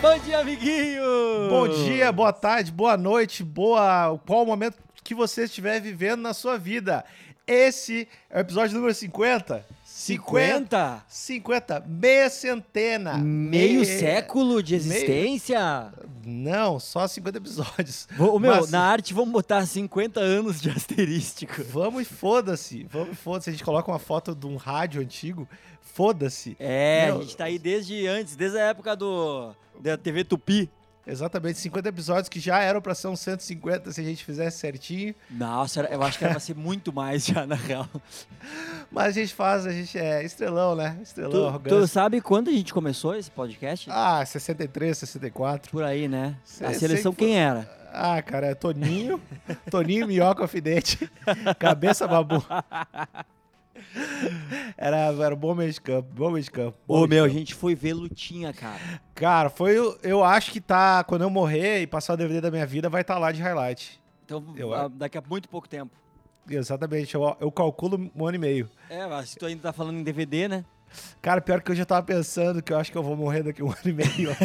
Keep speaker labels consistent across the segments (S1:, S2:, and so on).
S1: Bom dia, amiguinho!
S2: Bom dia, boa tarde, boa noite, boa. Qual o momento que você estiver vivendo na sua vida? Esse é o episódio número 50.
S1: 50?
S2: 50, meia centena.
S1: Meio
S2: Me-
S1: século de existência?
S2: Não, só 50 episódios.
S1: Ô, meu,
S2: Mas-
S1: na arte vamos botar 50 anos de asterístico.
S2: Vamos e foda-se. Vamos e foda-se. A gente coloca uma foto de um rádio antigo. Foda-se.
S1: É,
S2: Meu-
S1: a gente tá aí desde antes, desde a época do da TV Tupi.
S2: Exatamente, 50 episódios que já eram pra ser uns 150 se a gente fizesse certinho.
S1: Nossa, era- eu acho que era pra ser muito mais já, na real.
S2: Mas a gente faz, a gente é estrelão, né? Estrelão,
S1: Tu, tu
S2: arrogância.
S1: sabe quando a gente começou esse podcast?
S2: Ah, 63, 64.
S1: Por aí, né?
S2: Sei-
S1: a seleção
S2: sei que foi-
S1: quem era?
S2: Ah, cara, é Toninho, Toninho Minhoca Alfinete, Cabeça Babu. Era, era um bom meio de campo, bom meio de campo. bom então.
S1: Ô,
S2: meio
S1: meu, a
S2: de campo.
S1: gente foi ver Lutinha, cara.
S2: Cara, foi, o- eu acho que tá, quando eu morrer e passar o DVD da minha vida, vai estar lá de highlight.
S1: Então,
S2: Eu
S1: a-
S2: acho.
S1: daqui a muito pouco tempo.
S2: Exatamente, eu, eu calculo um ano e meio.
S1: É, mas se tu ainda tá falando em DVD, né?
S2: Cara, pior que eu já tava pensando que eu acho que eu vou morrer daqui a um ano e meio.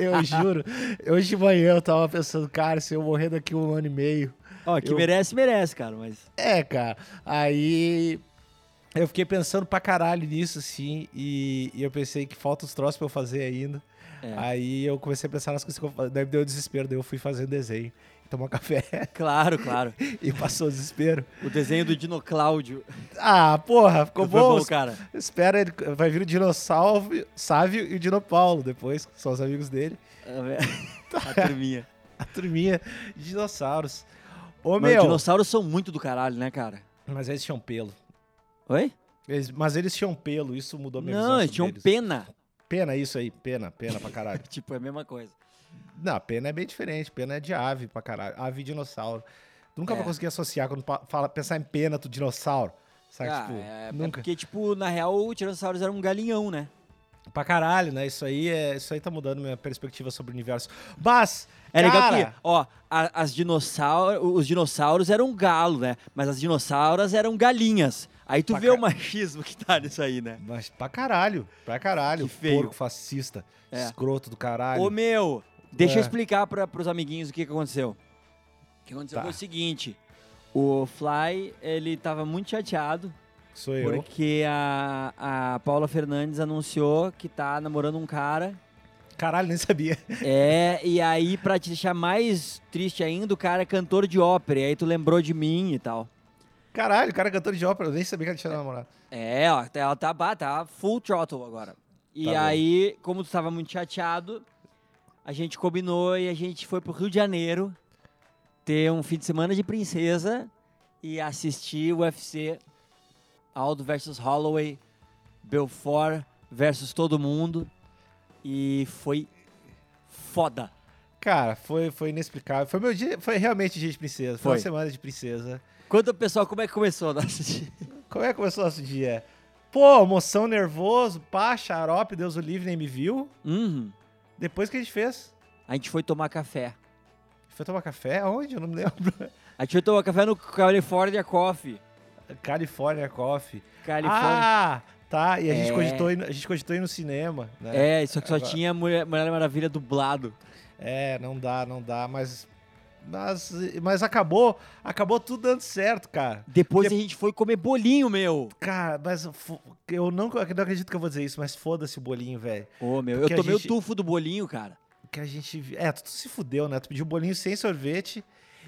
S2: eu juro. Hoje de manhã eu tava pensando, cara, se eu morrer daqui a um ano e meio.
S1: Ó, que
S2: Eu-
S1: merece, merece, cara, mas...
S2: É, cara. Aí eu fiquei pensando pra caralho nisso, assim, e, e eu pensei que falta os troços pra eu fazer ainda.
S1: É.
S2: Aí eu comecei a pensar nas coisas que eu vou fazer. Daí me deu desespero, daí eu fui fazer desenho, tomar café
S1: Claro, claro.
S2: e passou o desespero.
S1: O desenho do Dino Cláudio.
S2: Ah, porra, ficou
S1: Foi
S2: bom.
S1: cara.
S2: Espera, ele- vai vir o Dinossauro Sávio e o Dino Paulo depois, que são os amigos dele. Tá.
S1: A turminha.
S2: A turminha de dinossauros. Ô,
S1: Mas
S2: meu,
S1: dinossauros são muito do caralho, né, cara?
S2: mas eles tinham pelo.
S1: Oi?
S2: Eles- mas eles tinham pelo, isso mudou minha visão
S1: Não, eles
S2: sobre
S1: tinham
S2: eles.
S1: pena.
S2: Pena isso aí, pena, pena pra caralho.
S1: Tipo, é a mesma coisa.
S2: Não, pena é bem diferente, pena é de ave pra caralho, ave e dinossauro. Tu nunca
S1: É.
S2: vai conseguir associar quando pa- fala, pensar em pena, tu dinossauro, sabe?
S1: Ah,
S2: tipo,
S1: é, é
S2: nunca.
S1: porque, tipo, na real, o Tiranossauros era um galinhão, né?
S2: Pra caralho, né? Isso aí, é, isso aí tá mudando minha perspectiva sobre o universo. Mas,
S1: É legal
S2: cara,
S1: que, ó, a- as dinossauro, os dinossauros eram galo, né? Mas as dinossauras eram galinhas. Aí tu
S2: Pra
S1: vê
S2: ca-
S1: o machismo que tá nisso aí, né?
S2: Mas pra caralho, pra caralho.
S1: Que feio.
S2: Porco fascista,
S1: É.
S2: escroto do caralho.
S1: Ô meu, deixa eu
S2: É.
S1: explicar para os amiguinhos o que, que aconteceu. O que aconteceu
S2: Tá.
S1: foi o seguinte: o Fly ele tava muito chateado
S2: Sou eu.
S1: porque a, a Paula Fernandes anunciou que tá namorando um cara.
S2: Caralho, nem sabia.
S1: é, e aí pra te deixar mais triste ainda, o cara é cantor de ópera. E aí tu lembrou de mim e tal.
S2: Caralho, o cara é cantor de ópera, eu nem sabia que ele tinha namorado.
S1: É, ó, ela tá, bah, tá full throttle agora. E
S2: Tá bom.
S1: aí, como tu tava muito chateado, a gente combinou e a gente foi pro Rio de Janeiro ter um fim de semana de princesa e assistir o UFC Aldo versus Holloway, Belfort versus todo mundo. E foi foda.
S2: Cara, foi, foi inexplicável. Foi meu dia, foi realmente dia de princesa. Foi,
S1: Foi.
S2: uma semana de princesa.
S1: Conta pro pessoal como é que começou a nossa.
S2: Como é que começou o nosso dia? Pô, moção nervoso, pá, xarope, Deus o livre, nem me viu.
S1: Uhum.
S2: Depois que a gente fez,
S1: A gente foi tomar café.
S2: foi tomar café, aonde? Eu não me lembro.
S1: A gente foi tomar café no California Coffee.
S2: California Coffee.
S1: California
S2: Ah, tá. E a gente,
S1: É.
S2: cogitou ir, no- a gente cogitou ir no cinema, né?
S1: É, só que só
S2: Agora-
S1: tinha Mulher, Mulher Maravilha dublado.
S2: É, não dá, não dá, mas mas, mas acabou, acabou tudo dando certo, cara.
S1: Depois
S2: De-
S1: a gente foi comer bolinho, meu.
S2: Cara, mas fo- eu não, eu não acredito que eu vou dizer isso, mas foda-se o bolinho, velho.
S1: Ô, meu,
S2: Porque
S1: eu
S2: a
S1: tomei
S2: gente-
S1: o tufo do bolinho, cara.
S2: Que a gente, vi- é, tu, tu se fudeu, né? Tu pediu bolinho sem sorvete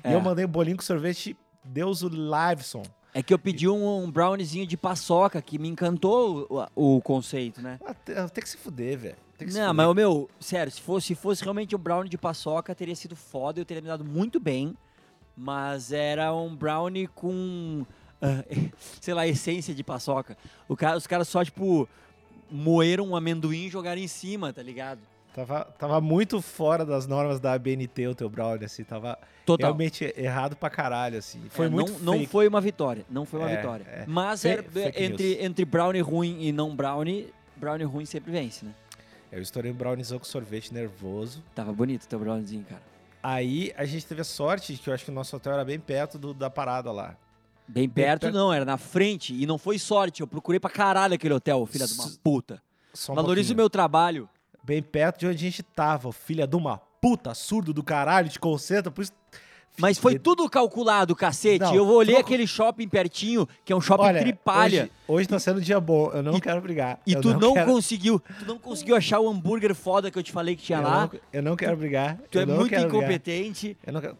S1: É.
S2: e eu mandei um bolinho com sorvete Deus o Liveson.
S1: É que eu pedi um, um browniezinho de paçoca, que me encantou o, o conceito, né?
S2: Ah, te- Tem que se fuder, velho. Tem que se
S1: Não,
S2: fuder.
S1: mas, ô, meu, sério, se fosse, se fosse realmente um brownie de paçoca, teria sido foda, eu teria me dado muito bem. Mas era um brownie com, ah, sei lá, essência de paçoca. O cara, os caras só, tipo, moeram um amendoim e jogaram em cima, tá ligado?
S2: Tava, tava muito fora das normas da ABNT o teu brownie, assim. Tava
S1: Total.
S2: realmente errado pra caralho, assim. Foi
S1: É,
S2: muito
S1: não, não
S2: fake.
S1: foi uma vitória, não foi uma
S2: É,
S1: vitória.
S2: é.
S1: Mas
S2: Fe-
S1: era-
S2: fake
S1: entre, entre brownie ruim e não brownie, brownie ruim sempre vence, né?
S2: Eu estourei um brownizão com sorvete nervoso.
S1: Tava bonito teu browniezinho, cara.
S2: Aí a gente teve a sorte que eu acho que o nosso hotel era bem perto do- da parada lá.
S1: Bem perto
S2: perto.
S1: não, era na frente e não foi sorte, eu procurei pra caralho aquele hotel, filha de uma
S2: S-
S1: puta.
S2: Só um
S1: Valoriza o
S2: pouquinho.
S1: meu trabalho.
S2: Bem perto de onde a gente tava, ô filha de uma puta, surdo do caralho, te concentra, por isso.
S1: Mas foi tudo calculado, cacete.
S2: Não,
S1: eu olhei
S2: troco-
S1: aquele shopping pertinho, que é um shopping
S2: Olha,
S1: tripalha.
S2: Hoje, hoje tá sendo um dia bom, eu não quero brigar.
S1: E
S2: eu
S1: tu não,
S2: quero-
S1: conseguiu, tu não conseguiu achar o hambúrguer foda que eu te falei que tinha
S2: eu
S1: lá.
S2: não- eu não quero brigar.
S1: tu
S2: eu
S1: é
S2: não
S1: muito
S2: quero brigar.
S1: incompetente.
S2: Eu não quero-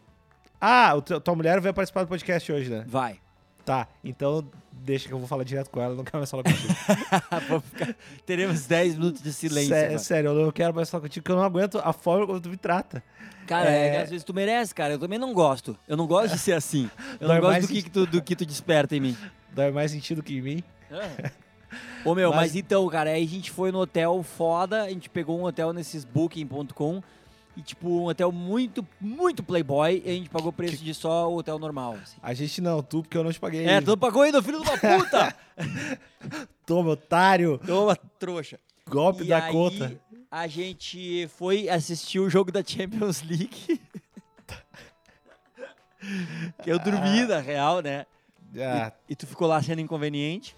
S2: Ah, o teu- tua mulher vai participar do podcast hoje, né?
S1: Vai.
S2: Tá, então deixa que eu vou falar direto com ela, não quero mais falar contigo.
S1: Vou ficar- Teremos 10 minutos de silêncio.
S2: Sé-
S1: agora.
S2: sério, eu não quero mais falar contigo, porque eu não aguento a forma como tu me trata.
S1: Cara, é... que
S2: É.
S1: às vezes tu merece, cara. Eu também não gosto. Eu não gosto de ser assim. Eu não
S2: Dói
S1: gosto
S2: mais
S1: do que, que tu, do que tu desperta em mim.
S2: Dá mais sentido que em mim.
S1: Ô meu, mas...
S2: Mas-
S1: então, cara, aí a gente foi no hotel foda, a gente pegou um hotel nesses booking.com e tipo, um hotel muito, muito playboy e a gente pagou o preço de só o hotel normal. assim.
S2: A gente não, tu, porque eu não te paguei.
S1: É, tu não pagou ainda, filho de uma puta!
S2: Toma, otário,
S1: Toma, trouxa.
S2: golpe
S1: e
S2: da
S1: aí,
S2: conta.
S1: A gente foi assistir o jogo da Champions League. que eu dormi, na real, né?
S2: Ah,
S1: E tu ficou lá sendo inconveniente.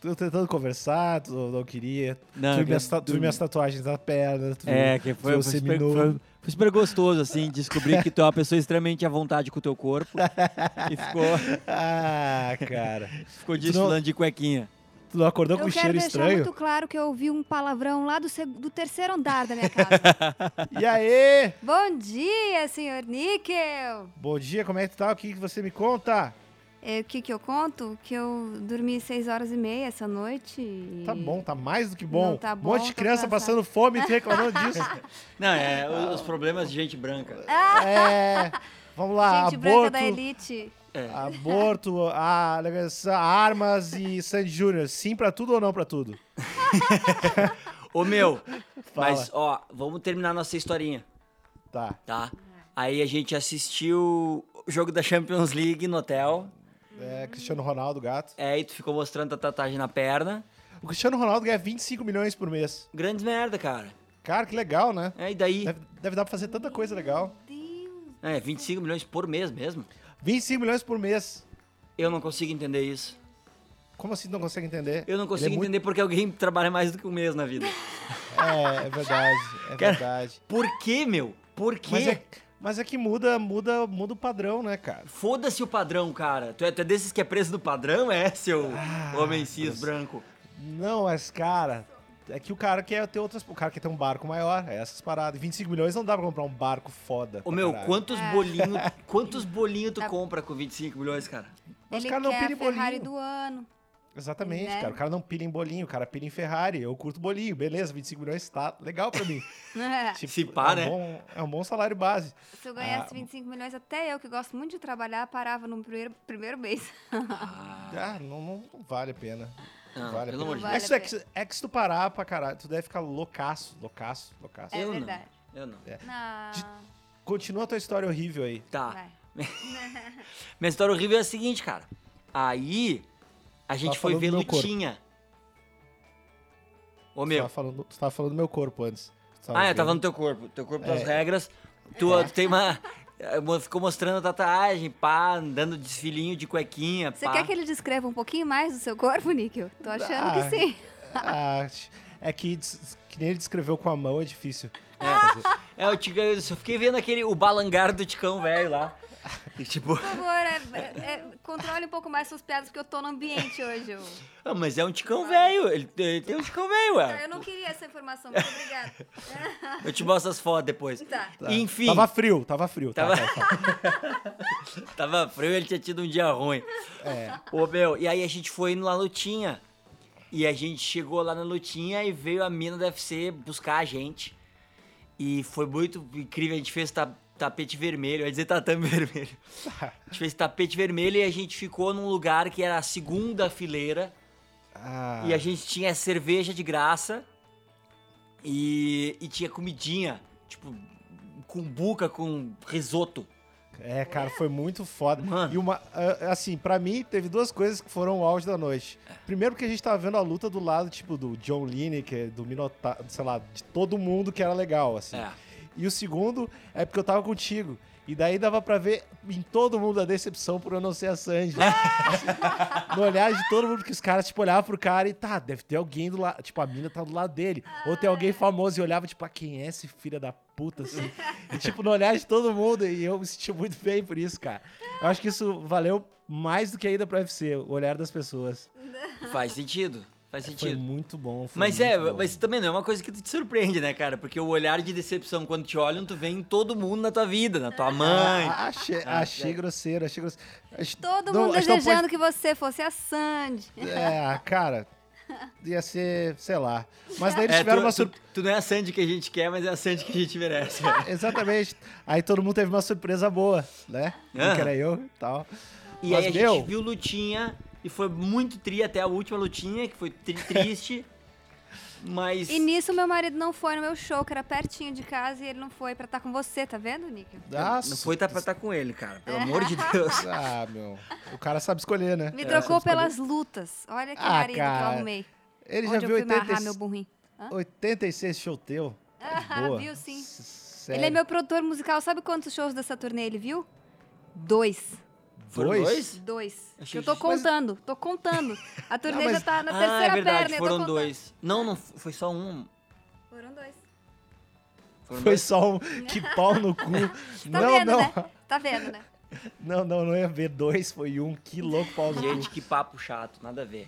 S2: tô tentando conversar, tu não, não queria.
S1: Não, que
S2: tu viu minhas,
S1: eu
S2: ta- tu viu
S1: dormi.
S2: minhas tatuagens na perna. Tu,
S1: É, que foi, foi,
S2: tu
S1: super,
S2: seminou.
S1: foi- um foi super gostoso, assim, descobrir que tu é uma pessoa extremamente à vontade com o teu corpo. e ficou,
S2: Ah, cara.
S1: ficou
S2: Tu não-
S1: desfilando de cuequinha.
S2: Tu não acordou com
S3: Eu
S2: um
S3: quero
S2: cheiro
S3: deixar
S2: estranho?
S3: muito claro que eu ouvi um palavrão lá do, seg- do terceiro andar da minha casa.
S2: E aí?
S3: Bom dia, senhor Níquel!
S2: Bom dia, como é que tu tá? O que, que você me conta?
S3: É, O que que eu conto? Que eu dormi seis horas e meia essa noite. e-
S2: Tá bom, tá mais do que bom.
S3: Não, tá
S2: um monte
S3: bom,
S2: de
S3: tô
S2: criança
S3: cansada.
S2: passando fome e tu reclamando disso.
S1: Não, é o- os problemas de gente branca.
S2: é. Vamos lá,
S3: Gente branca
S2: Ah, aborto.
S3: da elite.
S2: Aborto, a legalização, armas e Sandy Júnior. Sim pra tudo ou não pra tudo?
S1: Ô, meu,
S2: Fala.
S1: mas, ó, vamos terminar nossa historinha.
S2: Tá.
S1: tá? Aí a gente assistiu o jogo da Champions League no hotel.
S2: É, Cristiano Ronaldo, gato.
S1: É, e tu ficou mostrando a tatuagem na perna.
S2: O Cristiano Ronaldo ganha 25 milhões por mês.
S1: Grandes merda, cara.
S2: Cara, que legal, né?
S1: É, e daí?
S2: Deve, deve dar pra fazer tanta coisa legal.
S1: É, 25 milhões por mês mesmo.
S2: 25 milhões por mês.
S1: Eu não consigo entender isso.
S2: Como assim tu não consegue entender?
S1: Eu não consigo
S2: Ele é muito-
S1: entender porque alguém trabalha mais do que um mês na vida.
S2: É, é verdade, é
S1: Cara,
S2: verdade.
S1: Por quê, meu? Por quê?
S2: Mas é, mas é que muda, muda, muda o padrão, né, cara?
S1: Foda-se o padrão, cara. Tu é, tu é desses que é preso do padrão, é, seu
S2: Ah,
S1: homem cis
S2: Deus.
S1: branco?
S2: Não, mas, cara, é que o cara quer ter outras. O cara quer ter um barco maior, é essas paradas. 25 milhões não dá pra comprar um barco foda.
S1: Ô,
S2: pra
S1: meu,
S2: caralho.
S1: quantos
S3: É.
S1: bolinhos quantos bolinho tu
S3: Tá.
S1: compra com 25 milhões, cara?
S2: Mas
S3: Ele
S2: cara, não
S3: quer
S2: pira em
S3: a Ferrari
S2: bolinho.
S3: do ano.
S2: Exatamente,
S3: Né?
S2: cara. O cara não pira em bolinho, o cara pira em Ferrari. Eu curto bolinho, beleza, 25 milhões tá legal pra mim.
S3: É,
S2: Tipo,
S1: Se pá,
S2: é um
S1: né?
S2: bom- é um bom salário base.
S3: Se eu ganhasse
S2: Ah,
S3: 25 milhões, até eu, que gosto muito de trabalhar, parava no primeiro, primeiro mês.
S2: Ah, não, não- não vale a pena. Não,
S1: Não,
S2: vale
S1: pelo
S2: a
S1: amor
S2: pena.
S1: de
S3: Vale
S2: é,
S3: a
S2: que se- é, que, se- é que se tu parar pra caralho, tu deve ficar loucaço, loucaço, loucaço.
S3: É
S1: Eu não.
S3: verdade.
S1: Eu não.
S3: Não.
S2: Continua a tua história horrível aí.
S1: Tá.
S3: Vai.
S1: Minha história horrível é a seguinte, cara. Aí, a gente foi
S2: falando
S1: ver
S2: do meu corpo.
S1: Lutinha. Ô,
S2: Tu
S1: meu.
S2: tava falando, tu tava falando do meu corpo antes. Tu
S1: Ah, eu tava
S2: vendo.
S1: no teu corpo. Teu corpo,
S2: É.
S1: tuas regras. Tu, tu tem uma... eh, mo- Ficou mostrando a tatuagem, pá, dando desfilinho de cuequinha,
S3: Você
S1: pá.
S2: É,
S3: quer que ele descreva um pouquinho mais do seu corpo, Níquel? Tô achando
S2: Ah.
S3: que sim.
S2: Ah, é que, des- que nem ele descreveu com a mão, é difícil.
S3: tá?
S1: É, eu, te, eu só fiquei vendo aquele, o balangar do Ticão velho lá. E tipo...
S3: Por favor, é- é- é- controle um pouco mais suas piadas, porque eu tô no ambiente hoje. Eu,
S1: Ah, mas é um Ticão velho. Ele, ele tem um Ticão velho, ué.
S2: Ah,
S3: eu não queria essa informação, muito obrigada.
S1: Eu te mostro as fotos depois.
S3: Tá.
S2: Tá.
S1: Ah, Enfim.
S2: Tava frio, tava frio. tá,
S1: Tava-
S2: tá, tá.
S1: Tava frio, ele tinha tido um dia ruim.
S2: É.
S1: Ô, meu, e aí a gente foi indo lá na lutinha. E a gente chegou lá na lutinha e veio a mina do UFC buscar a gente. E foi muito incrível, a gente fez ta- tapete vermelho, eu ia dizer tatame vermelho. A gente fez tapete vermelho e a gente ficou num lugar que era a segunda fileira.
S2: Ah,
S1: E a gente tinha cerveja de graça e, e tinha comidinha, tipo, cumbuca com risoto.
S2: É, cara, foi muito foda.
S1: Mano.
S2: E uma, ah, assim, pra mim, teve duas coisas que foram o auge da noite. Primeiro, porque a gente tava vendo a luta do lado, tipo, do John Lineker, do Minotauro, sei lá, de todo mundo que era legal, assim.
S1: É.
S2: E o segundo é porque eu tava contigo. E E daí dava pra ver em todo mundo a decepção por eu não ser a Sandy. no olhar de todo mundo, porque os caras, tipo, olhavam pro cara e tá, deve ter alguém do lado. Tipo, a mina tá do lado dele. Ou tem alguém famoso e olhava, tipo, ah, quem é esse filho da puta, assim? e, tipo, no olhar de todo mundo. E eu me senti muito bem por isso, cara. Eu acho que isso valeu mais do que ainda pro UFC, o olhar das pessoas.
S1: Faz sentido. Faz
S2: É, Foi
S1: sentido.
S2: muito bom. foi
S1: Mas
S2: muito
S1: é,
S2: bom.
S1: mas também não é uma coisa que te surpreende, né, cara? Porque o olhar de decepção quando te olham, tu vê em todo mundo na tua vida, na tua mãe. é.
S2: Ah, achei, achei grosseiro, achei grosseiro. Acho-
S3: Todo
S2: não,
S3: mundo
S2: acho que não
S3: desejando que você fosse a Sandy.
S2: pode- É, cara, ia ser, sei lá. Mas daí eles
S1: É,
S2: tiveram
S1: tu,
S2: uma surpresa.
S1: tu, tu não é a Sandy que a gente quer, mas é a Sandy que a gente merece. cara.
S2: Exatamente. Aí todo mundo teve uma surpresa boa, né?
S1: Ah.
S2: Que era eu e tal.
S1: E
S2: Mas,
S1: aí a
S2: meu-
S1: gente viu lutinha e foi muito tri até a última lutinha, que foi tri- triste. mas
S3: E nisso meu marido não foi no meu show, que era pertinho de casa, e ele não foi pra estar com você, tá vendo, Níquel?
S2: Ah,
S1: não foi tá pra estar com ele, cara. Pelo
S3: É.
S1: amor de Deus.
S2: Ah, meu. O cara sabe escolher, né?
S3: Me
S2: O cara
S3: trocou
S2: sabe escolher.
S3: pelas lutas. Olha que
S2: Ah,
S3: marido
S2: cara.
S3: que eu arrumei.
S2: Ele
S3: Onde
S2: já
S3: eu
S2: viu
S3: fui marrar meu
S2: 86,
S3: burrinho. Hã?
S2: 86 show teu. Tá de
S3: Ah,
S2: boa.
S3: viu sim.
S2: S- Sério.
S3: Ele é meu produtor musical. Sabe quantos shows dessa turnê ele viu? Dois.
S1: Foram
S2: Dois?
S3: Dois.
S1: Achei
S3: Eu tô
S1: justo.
S3: contando, tô contando. A turnê
S2: mas-
S3: já tá na
S1: ah, é
S3: terceira
S1: verdade,
S3: perna, eu tô
S1: foram
S3: contando.
S1: dois. Não, não, f- foi só um.
S3: Foram dois. Tá
S1: Foram
S2: Foi
S1: dois.
S2: só um que pau no cu.
S3: Tá
S2: não,
S3: vendo,
S2: não.
S3: né? Tá vendo, né?
S2: Não, não, não ia ver dois, foi um. Que louco pau no cu.
S1: Gente, que papo chato, nada a ver.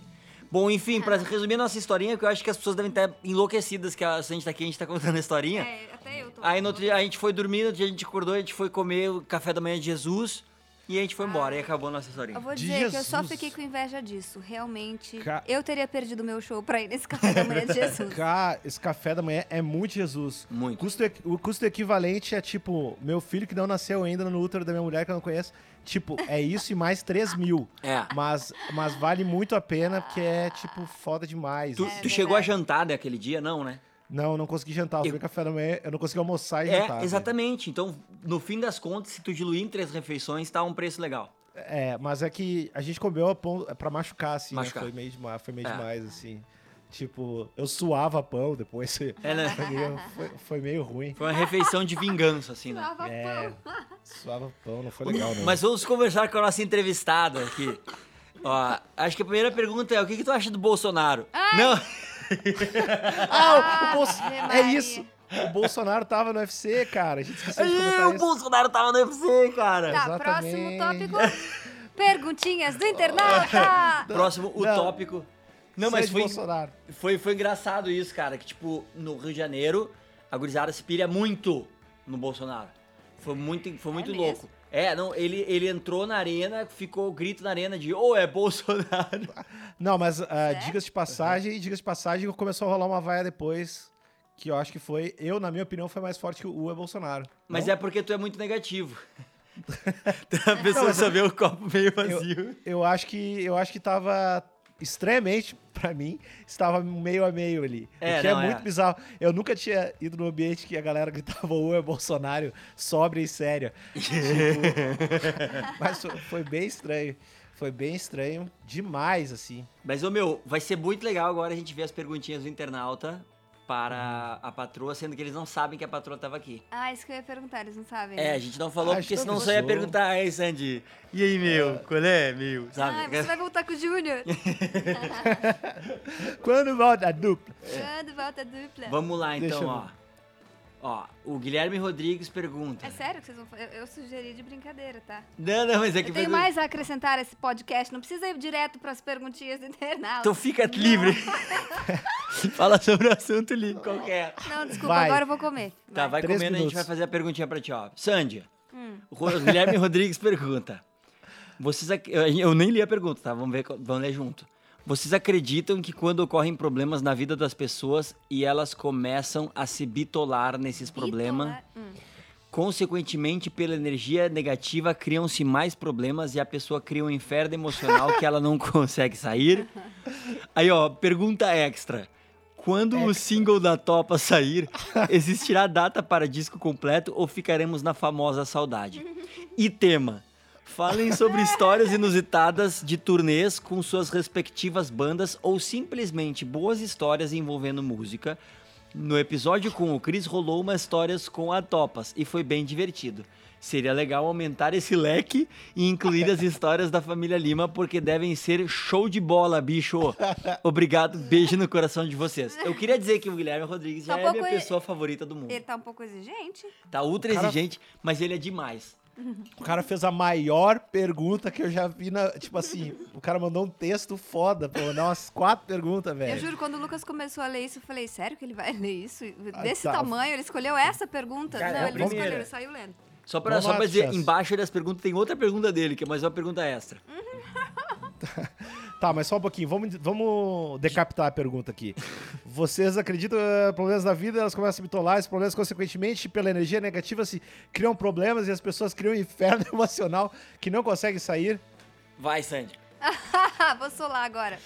S1: Bom, enfim,
S3: É.
S1: pra resumir nossa historinha, que eu acho que as pessoas devem estar enlouquecidas que a gente tá aqui, a gente tá contando a historinha.
S3: É, até eu tô.
S1: Aí no outro dia a gente foi dormir, no outro dia a gente acordou, a gente foi comer o café da manhã de Jesus e a gente foi embora e acabou a nossa historinha.
S3: Ah. Eu vou
S2: De
S3: dizer que eu só
S2: Jesus.
S3: fiquei com inveja disso. Realmente,
S2: Ca-
S3: eu teria perdido meu show pra ir nesse café da manhã de Jesus.
S2: Cara, esse café da manhã é muito Jesus. O
S1: Muito.
S2: custo, equi- o custo equivalente é tipo, meu filho que não nasceu ainda no útero da minha mulher que eu não conheço. Tipo, é isso e mais 3 mil.
S1: É.
S2: Mas, mas vale muito a pena porque é, tipo, foda demais.
S1: Tu,
S3: é
S2: assim.
S1: tu chegou a jantar daquele dia, não, né?
S2: Não, não consegui jantar. Eu
S1: Eu-
S2: tomei café da manhã, eu não consegui almoçar e
S1: É,
S2: jantar. né?
S1: exatamente. Então, no fim das contas, se tu diluir em três refeições, tá um preço legal.
S2: É, mas é que a gente comeu a pão pra machucar, assim. né?
S1: Machucar.
S2: Foi meio demais, foi meio
S1: É.
S2: demais, assim. Tipo, eu suava pão depois.
S1: É, né?
S2: foi, foi meio ruim.
S1: Foi uma refeição de vingança, assim, né?
S3: Lava
S2: É,
S3: pão.
S2: suava pão, não foi legal, né? não.
S1: Mas vamos conversar com a nossa entrevistada aqui. Ó, acho que a primeira pergunta é: o que, que tu acha do Bolsonaro? Não,
S2: Ah, o- o Bolso-
S3: Ave
S2: É
S3: Maria.
S2: isso. O Bolsonaro tava no UFC, cara. A gente esqueceu de
S1: Ih,
S2: comentar
S1: o
S2: isso.
S1: Bolsonaro tava no UFC, cara.
S3: Tá, próximo
S2: Exatamente.
S3: tópico. Perguntinhas do internauta.
S1: Próximo, o
S2: Não. é
S1: tópico. Não, mas
S2: Sede
S1: foi,
S2: Bolsonaro.
S1: foi, foi engraçado isso, cara. Que, tipo, no Rio de Janeiro, a gurizada se pilha muito no Bolsonaro. Foi muito, foi muito
S3: mesmo?
S1: louco. É, não, ele, ele entrou na arena, ficou o grito na arena de ô, é Bolsonaro.
S2: Não, mas ah, dicas de passagem, e dicas de passagem, começou a rolar uma vaia depois, que eu acho que foi, eu, na minha opinião, foi mais forte que o U é Bolsonaro.
S1: Mas
S2: Não?
S1: é porque tu é muito negativo. Então a pessoa só vê o copo meio vazio.
S2: Eu acho que eu acho que tava extremamente pra mim, estava meio a meio ali.
S1: É,
S2: o que
S1: não,
S2: é
S1: é.
S2: muito bizarro. Eu nunca tinha ido num ambiente que a galera gritava U é Bolsonaro, sóbria e séria. Tipo, mas foi- foi bem estranho. Foi bem estranho demais, assim.
S1: Mas, ô meu, vai ser muito legal agora a gente ver as perguntinhas do internauta para a patroa, sendo que eles não sabem que a patroa tava aqui.
S3: Ah, isso que eu ia perguntar, eles não sabem.
S1: É,
S3: né?
S1: a gente não falou,
S2: Ah,
S1: porque
S2: acho que
S1: senão
S2: eu
S1: só ia
S2: sou.
S1: perguntar, aí, Sandy, e aí, meu, qual é, meu,
S3: Ah,
S1: sabe?
S3: você vai voltar com o Júnior.
S2: Quando "Ah, volta a dupla?
S3: Quando volta a dupla.
S1: É. Vamos lá,
S2: Deixa
S1: então,
S2: eu
S1: ó. Ó, o Guilherme Rodrigues pergunta.
S3: É sério que vocês vão fa- Eu, eu sugeri de brincadeira, tá?
S1: Não, não, mas é que...
S3: Eu tenho
S1: pergunta-
S3: mais a acrescentar a esse podcast. Não precisa ir direto pras perguntinhas do internauta.
S1: Então fica livre. Fala sobre o assunto livre qualquer.
S3: Não, desculpa,
S2: Vai.
S3: agora eu vou comer.
S1: Tá, vai
S2: Três
S1: comendo, a gente
S2: minutos.
S1: vai fazer a perguntinha pra ti, ó. Sandy, o Ro- Guilherme Rodrigues pergunta. Vocês, ac- eu- eu nem li a pergunta, tá? Vamos ver, co- vamos ler junto. Vocês acreditam que quando ocorrem problemas na vida das pessoas e elas começam a se bitolar nesses problemas,
S3: Bitolar- Hum.
S1: consequentemente pela energia negativa criam-se mais problemas e a pessoa cria um inferno emocional que ela não consegue sair? Aí, ó, pergunta extra. Quando o single da Topa sair, existirá data para disco completo ou ficaremos na famosa saudade? E tema: falem sobre histórias inusitadas de turnês com suas respectivas bandas ou simplesmente boas histórias envolvendo música. No episódio com o Chris rolou umas histórias com a Topas e foi bem divertido. Seria legal aumentar esse leque e incluir as histórias da família Lima, porque devem ser show de bola, bicho. Obrigado, beijo no coração de vocês. Eu queria dizer que o Guilherme Rodrigues
S3: Tá
S1: já
S3: um
S1: é a minha
S3: pouco-
S1: pessoa favorita do mundo.
S3: Ele tá um pouco exigente.
S1: Tá ultra
S2: Cara-
S1: exigente, mas ele é demais.
S2: O cara fez a maior pergunta que eu já vi na. Tipo assim, o cara mandou um texto foda pra mandar umas quatro perguntas,
S1: É.
S3: Eu
S2: velho.
S3: juro, quando o Lucas começou a ler isso, eu falei, sério que ele vai ler isso? Desse
S2: tá.
S3: tamanho, ele escolheu essa pergunta?
S1: Ah, Cara, é
S3: não,
S1: a
S3: ele não
S1: primeira.
S3: escolheu, ele saiu lendo.
S1: Só pra,
S2: Vamos
S1: só
S2: lá,
S1: pra dizer,
S2: Chess.
S1: embaixo das perguntas tem outra pergunta dele, que é mais uma pergunta extra.
S2: Tá, mas só um pouquinho, vamos, vamos decapitar a pergunta aqui. Vocês acreditam que problemas da vida, elas começam a se bitolar, esses problemas, consequentemente, pela energia negativa, se criam problemas e as pessoas criam um inferno emocional que não conseguem sair?
S1: Vai, Sandy.
S3: Vou solar agora.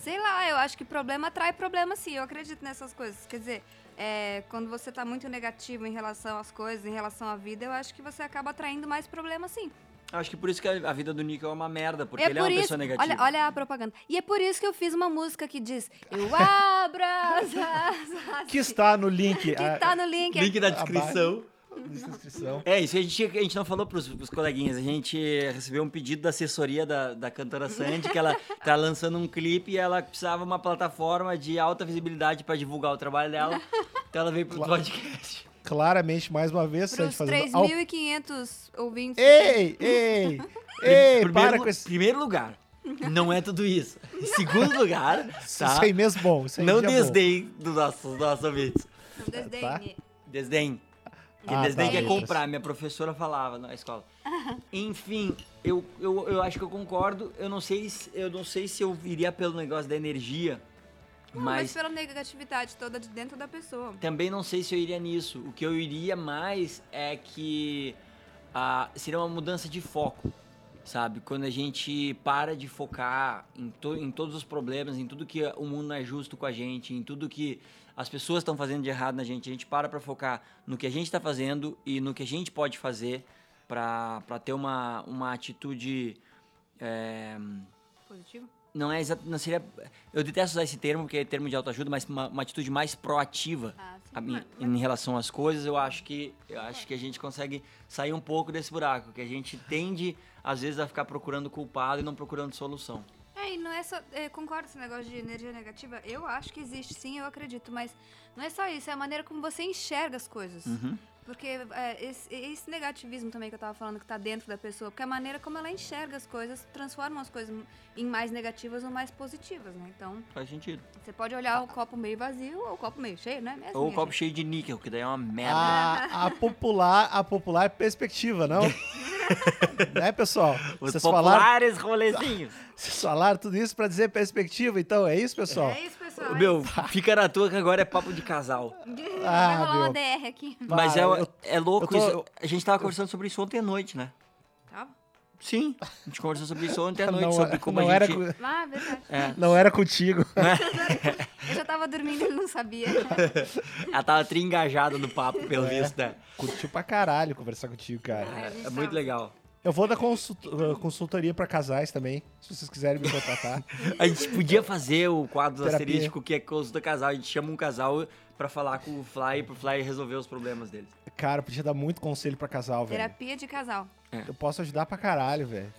S3: Sei lá, eu acho que problema atrai problema sim, eu acredito nessas coisas. Quer dizer, é, quando você tá muito negativo em relação às coisas, em relação à vida, eu acho que você acaba atraindo mais problema sim.
S1: Acho que por isso que a a vida do Nico é uma merda, porque ele é uma
S3: isso,
S1: pessoa negativa.
S3: Olha, olha a propaganda. E é por isso que eu fiz uma música que diz Eu abro as asas.
S2: Que está no link. Ah,
S3: que tá no link.
S1: Link na descrição.
S2: na descrição.
S1: É, isso a gente, a gente não falou pros, pros coleguinhas. A gente recebeu um pedido da assessoria da, da cantora Sandy, que ela tá lançando um clipe e ela precisava de uma plataforma de alta visibilidade pra divulgar o trabalho dela. Então ela veio pro podcast.
S2: Claramente, mais uma vez,
S3: Para
S1: tá
S2: Sandy
S3: os
S2: fazendo... ao-
S3: 3.500 ouvintes.
S2: Ei, ei, ei, para
S1: lu-
S2: com esse...
S1: Primeiro lugar, não é tudo isso. Em segundo lugar, tá?
S2: Isso aí mesmo bom, isso aí
S1: Não
S2: já é bom.
S1: desdém dos nossos, dos nossos ouvintes.
S3: Não
S1: Tá.
S3: desdenhe.
S1: Desdém. Que
S2: Ah,
S1: desdém
S3: tá,
S1: que é
S3: Lucas.
S1: comprar, minha professora falava na escola. Enfim, eu, eu, eu acho que eu concordo. Eu não sei se eu não sei se eu iria pelo negócio da energia,
S3: Não, mas
S1: mas
S3: pela negatividade toda de dentro da pessoa.
S1: também não sei se eu iria nisso. O que eu iria mais é que ah, seria uma mudança de foco, sabe? Quando a gente para de focar em, to- em todos os problemas, em tudo que o mundo não é justo com a gente, em tudo que as pessoas estão fazendo de errado na gente, a gente para pra focar no que a gente está fazendo e no que a gente pode fazer pra pra ter uma, uma atitude. eh,
S3: Positivo?
S1: não é exa- não seria. Eu detesto usar esse termo, porque é termo de autoajuda, mas uma, uma atitude mais proativa
S3: Ah, sim.
S1: a mim- em relação às coisas, eu acho que eu acho que a gente consegue sair um pouco desse buraco, que a gente tende às vezes a ficar procurando culpado e não procurando solução.
S3: É, e não é só. é, concordo com esse negócio de energia negativa. Eu acho que existe, sim, eu acredito. Mas não é só isso, é a maneira como você enxerga as coisas.
S1: Uhum.
S3: Porque é, esse, esse negativismo também que eu tava falando que tá dentro da pessoa, porque a maneira como ela enxerga as coisas transforma as coisas em mais negativas ou mais positivas, né? Então,
S1: Faz sentido.
S3: você pode olhar o copo meio vazio ou o copo meio cheio, né? Mesmo,
S1: Ou o
S3: minha
S1: copo
S3: gente?
S1: cheio de níquel, que daí é uma merda.
S2: A, a popular, a popular perspectiva, não? né, pessoal?
S1: Os
S2: Vocês falaram,
S1: populares rolezinhos.
S2: vocês falaram tudo isso pra dizer perspectiva, então é isso, pessoal?
S3: É isso, pessoal.
S1: Meu, Ah, fica na tua que agora é papo de casal.
S3: Vai rolar uma
S2: meu.
S3: DR aqui.
S1: Mas é,
S2: Bah, eu-
S1: é louco
S2: eu tô-
S1: isso. A gente tava conversando sobre isso ontem à noite, né?
S3: Tá?
S1: Sim. A gente conversou sobre isso ontem à noite,
S2: Não,
S1: sobre
S2: era-
S1: como
S2: não
S1: a
S2: era,
S1: gente. Né?
S2: co-
S3: Ah, verdade.
S1: É.
S2: não era contigo.
S3: Eu já tava dormindo, ele não sabia.
S1: Ela tava tri engajada no papo, pelo
S2: É.
S1: visto, né?
S2: Curtiu pra caralho conversar contigo, cara.
S3: Ai, a gente
S1: É
S3: tava-
S1: muito legal.
S2: Eu vou dar consult- uh, consultoria pra casais também, se vocês quiserem me contratar.
S1: A gente podia fazer o quadro do
S2: Terapia.
S1: asterístico que é consulta casal. A gente chama um casal pra falar com o Fly, pro Fly resolver os problemas deles.
S2: cara, eu podia dar muito conselho pra casal, velho.
S3: Terapia de casal.
S2: Eu posso ajudar pra caralho, velho.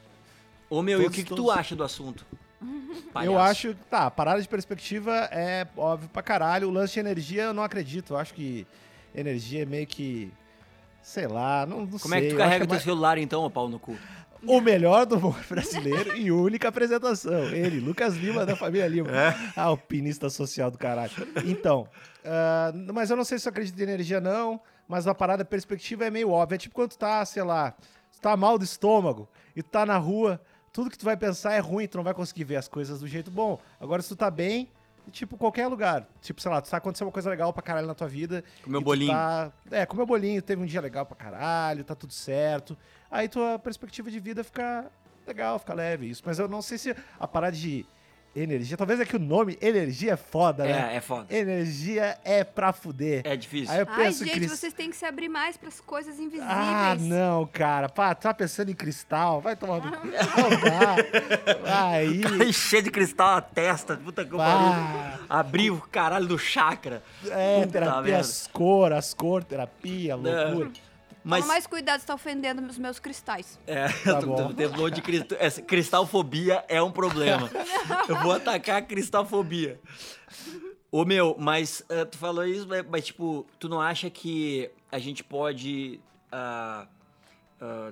S1: Ô meu, e o
S2: Todos,
S1: que, que tu
S2: todos.
S1: acha do assunto?
S2: Eu
S1: Palhaço.
S2: acho que, tá, parada de perspectiva é óbvio pra caralho. O lance de energia eu não acredito. Eu acho que energia é meio que. Sei lá, não, não
S1: Como
S2: sei.
S1: é que tu
S2: Eu acho
S1: carrega
S2: é
S1: teu celular então, ô pau no cu?
S2: mais- O melhor do humor brasileiro e única apresentação. Ele, Lucas Lima, da família Lima. Ah, Alpinista social do caralho. Então, ah, mas eu não sei se eu acredito em energia, não. Mas a parada de perspectiva é meio óbvia. É tipo quando tu tá, sei lá, tu tá mal do estômago e tu tá na rua, tudo que tu vai pensar é ruim, tu não vai conseguir ver as coisas do jeito bom. Agora, se tu tá bem, tipo, qualquer lugar. Tipo, sei lá, tu tá acontecendo uma coisa legal pra caralho na tua vida.
S1: Comeu
S2: e tu
S1: bolinho.
S2: Tá... É, comeu bolinho, teve um dia legal pra caralho, tá tudo certo. Aí tua perspectiva de vida fica legal, fica leve, isso. Mas eu não sei se a parada de Energia. Talvez é que o nome energia é foda, né?
S1: É, é foda.
S2: Energia é pra fuder.
S1: É difícil.
S2: Aí eu
S3: Ai,
S2: penso,
S3: gente,
S2: Cris-
S3: vocês têm que se abrir mais pras coisas invisíveis.
S2: Ah, não, cara. Pá, tá pensando em cristal? Vai tomar no. Não dá. Aí.
S1: Cheio de cristal na testa, puta que pariu.
S2: Pá.
S1: Abriu o caralho do chakra.
S2: É,
S1: Puta
S2: terapia,
S1: merda.
S2: as cor, as cor, terapia, loucura.
S1: Mas.
S3: Toma mais cuidado, você tá ofendendo os meus cristais.
S1: É,
S2: Tá
S1: eu tô-
S2: bom.
S1: tenho um monte de crist- essa cristalfobia é um problema. eu vou atacar a cristalfobia. Ô meu, mas eh, tu falou isso, mas, mas, tipo, tu não acha que a gente pode ah, ah,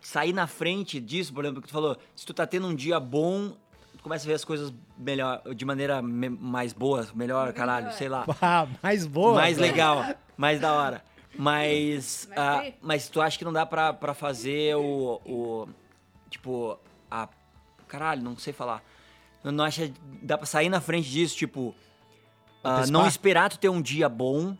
S1: sair na frente disso, por exemplo, que tu falou, se tu tá tendo um dia bom, tu começa a ver as coisas melhor, de maneira me- mais boa, melhor, caralho, sei lá.
S2: Pá, mais boa.
S1: Mais
S2: cara.
S1: legal, mais da hora. Mas,
S3: Mas
S1: ah,
S3: aí-
S1: mas tu acha que não dá pra, pra fazer o, o. Tipo, a. Caralho, não sei falar. Não- Não acha. Dá pra sair na frente disso, tipo. ah,
S2: Antecipar?
S1: não esperar tu ter um dia bom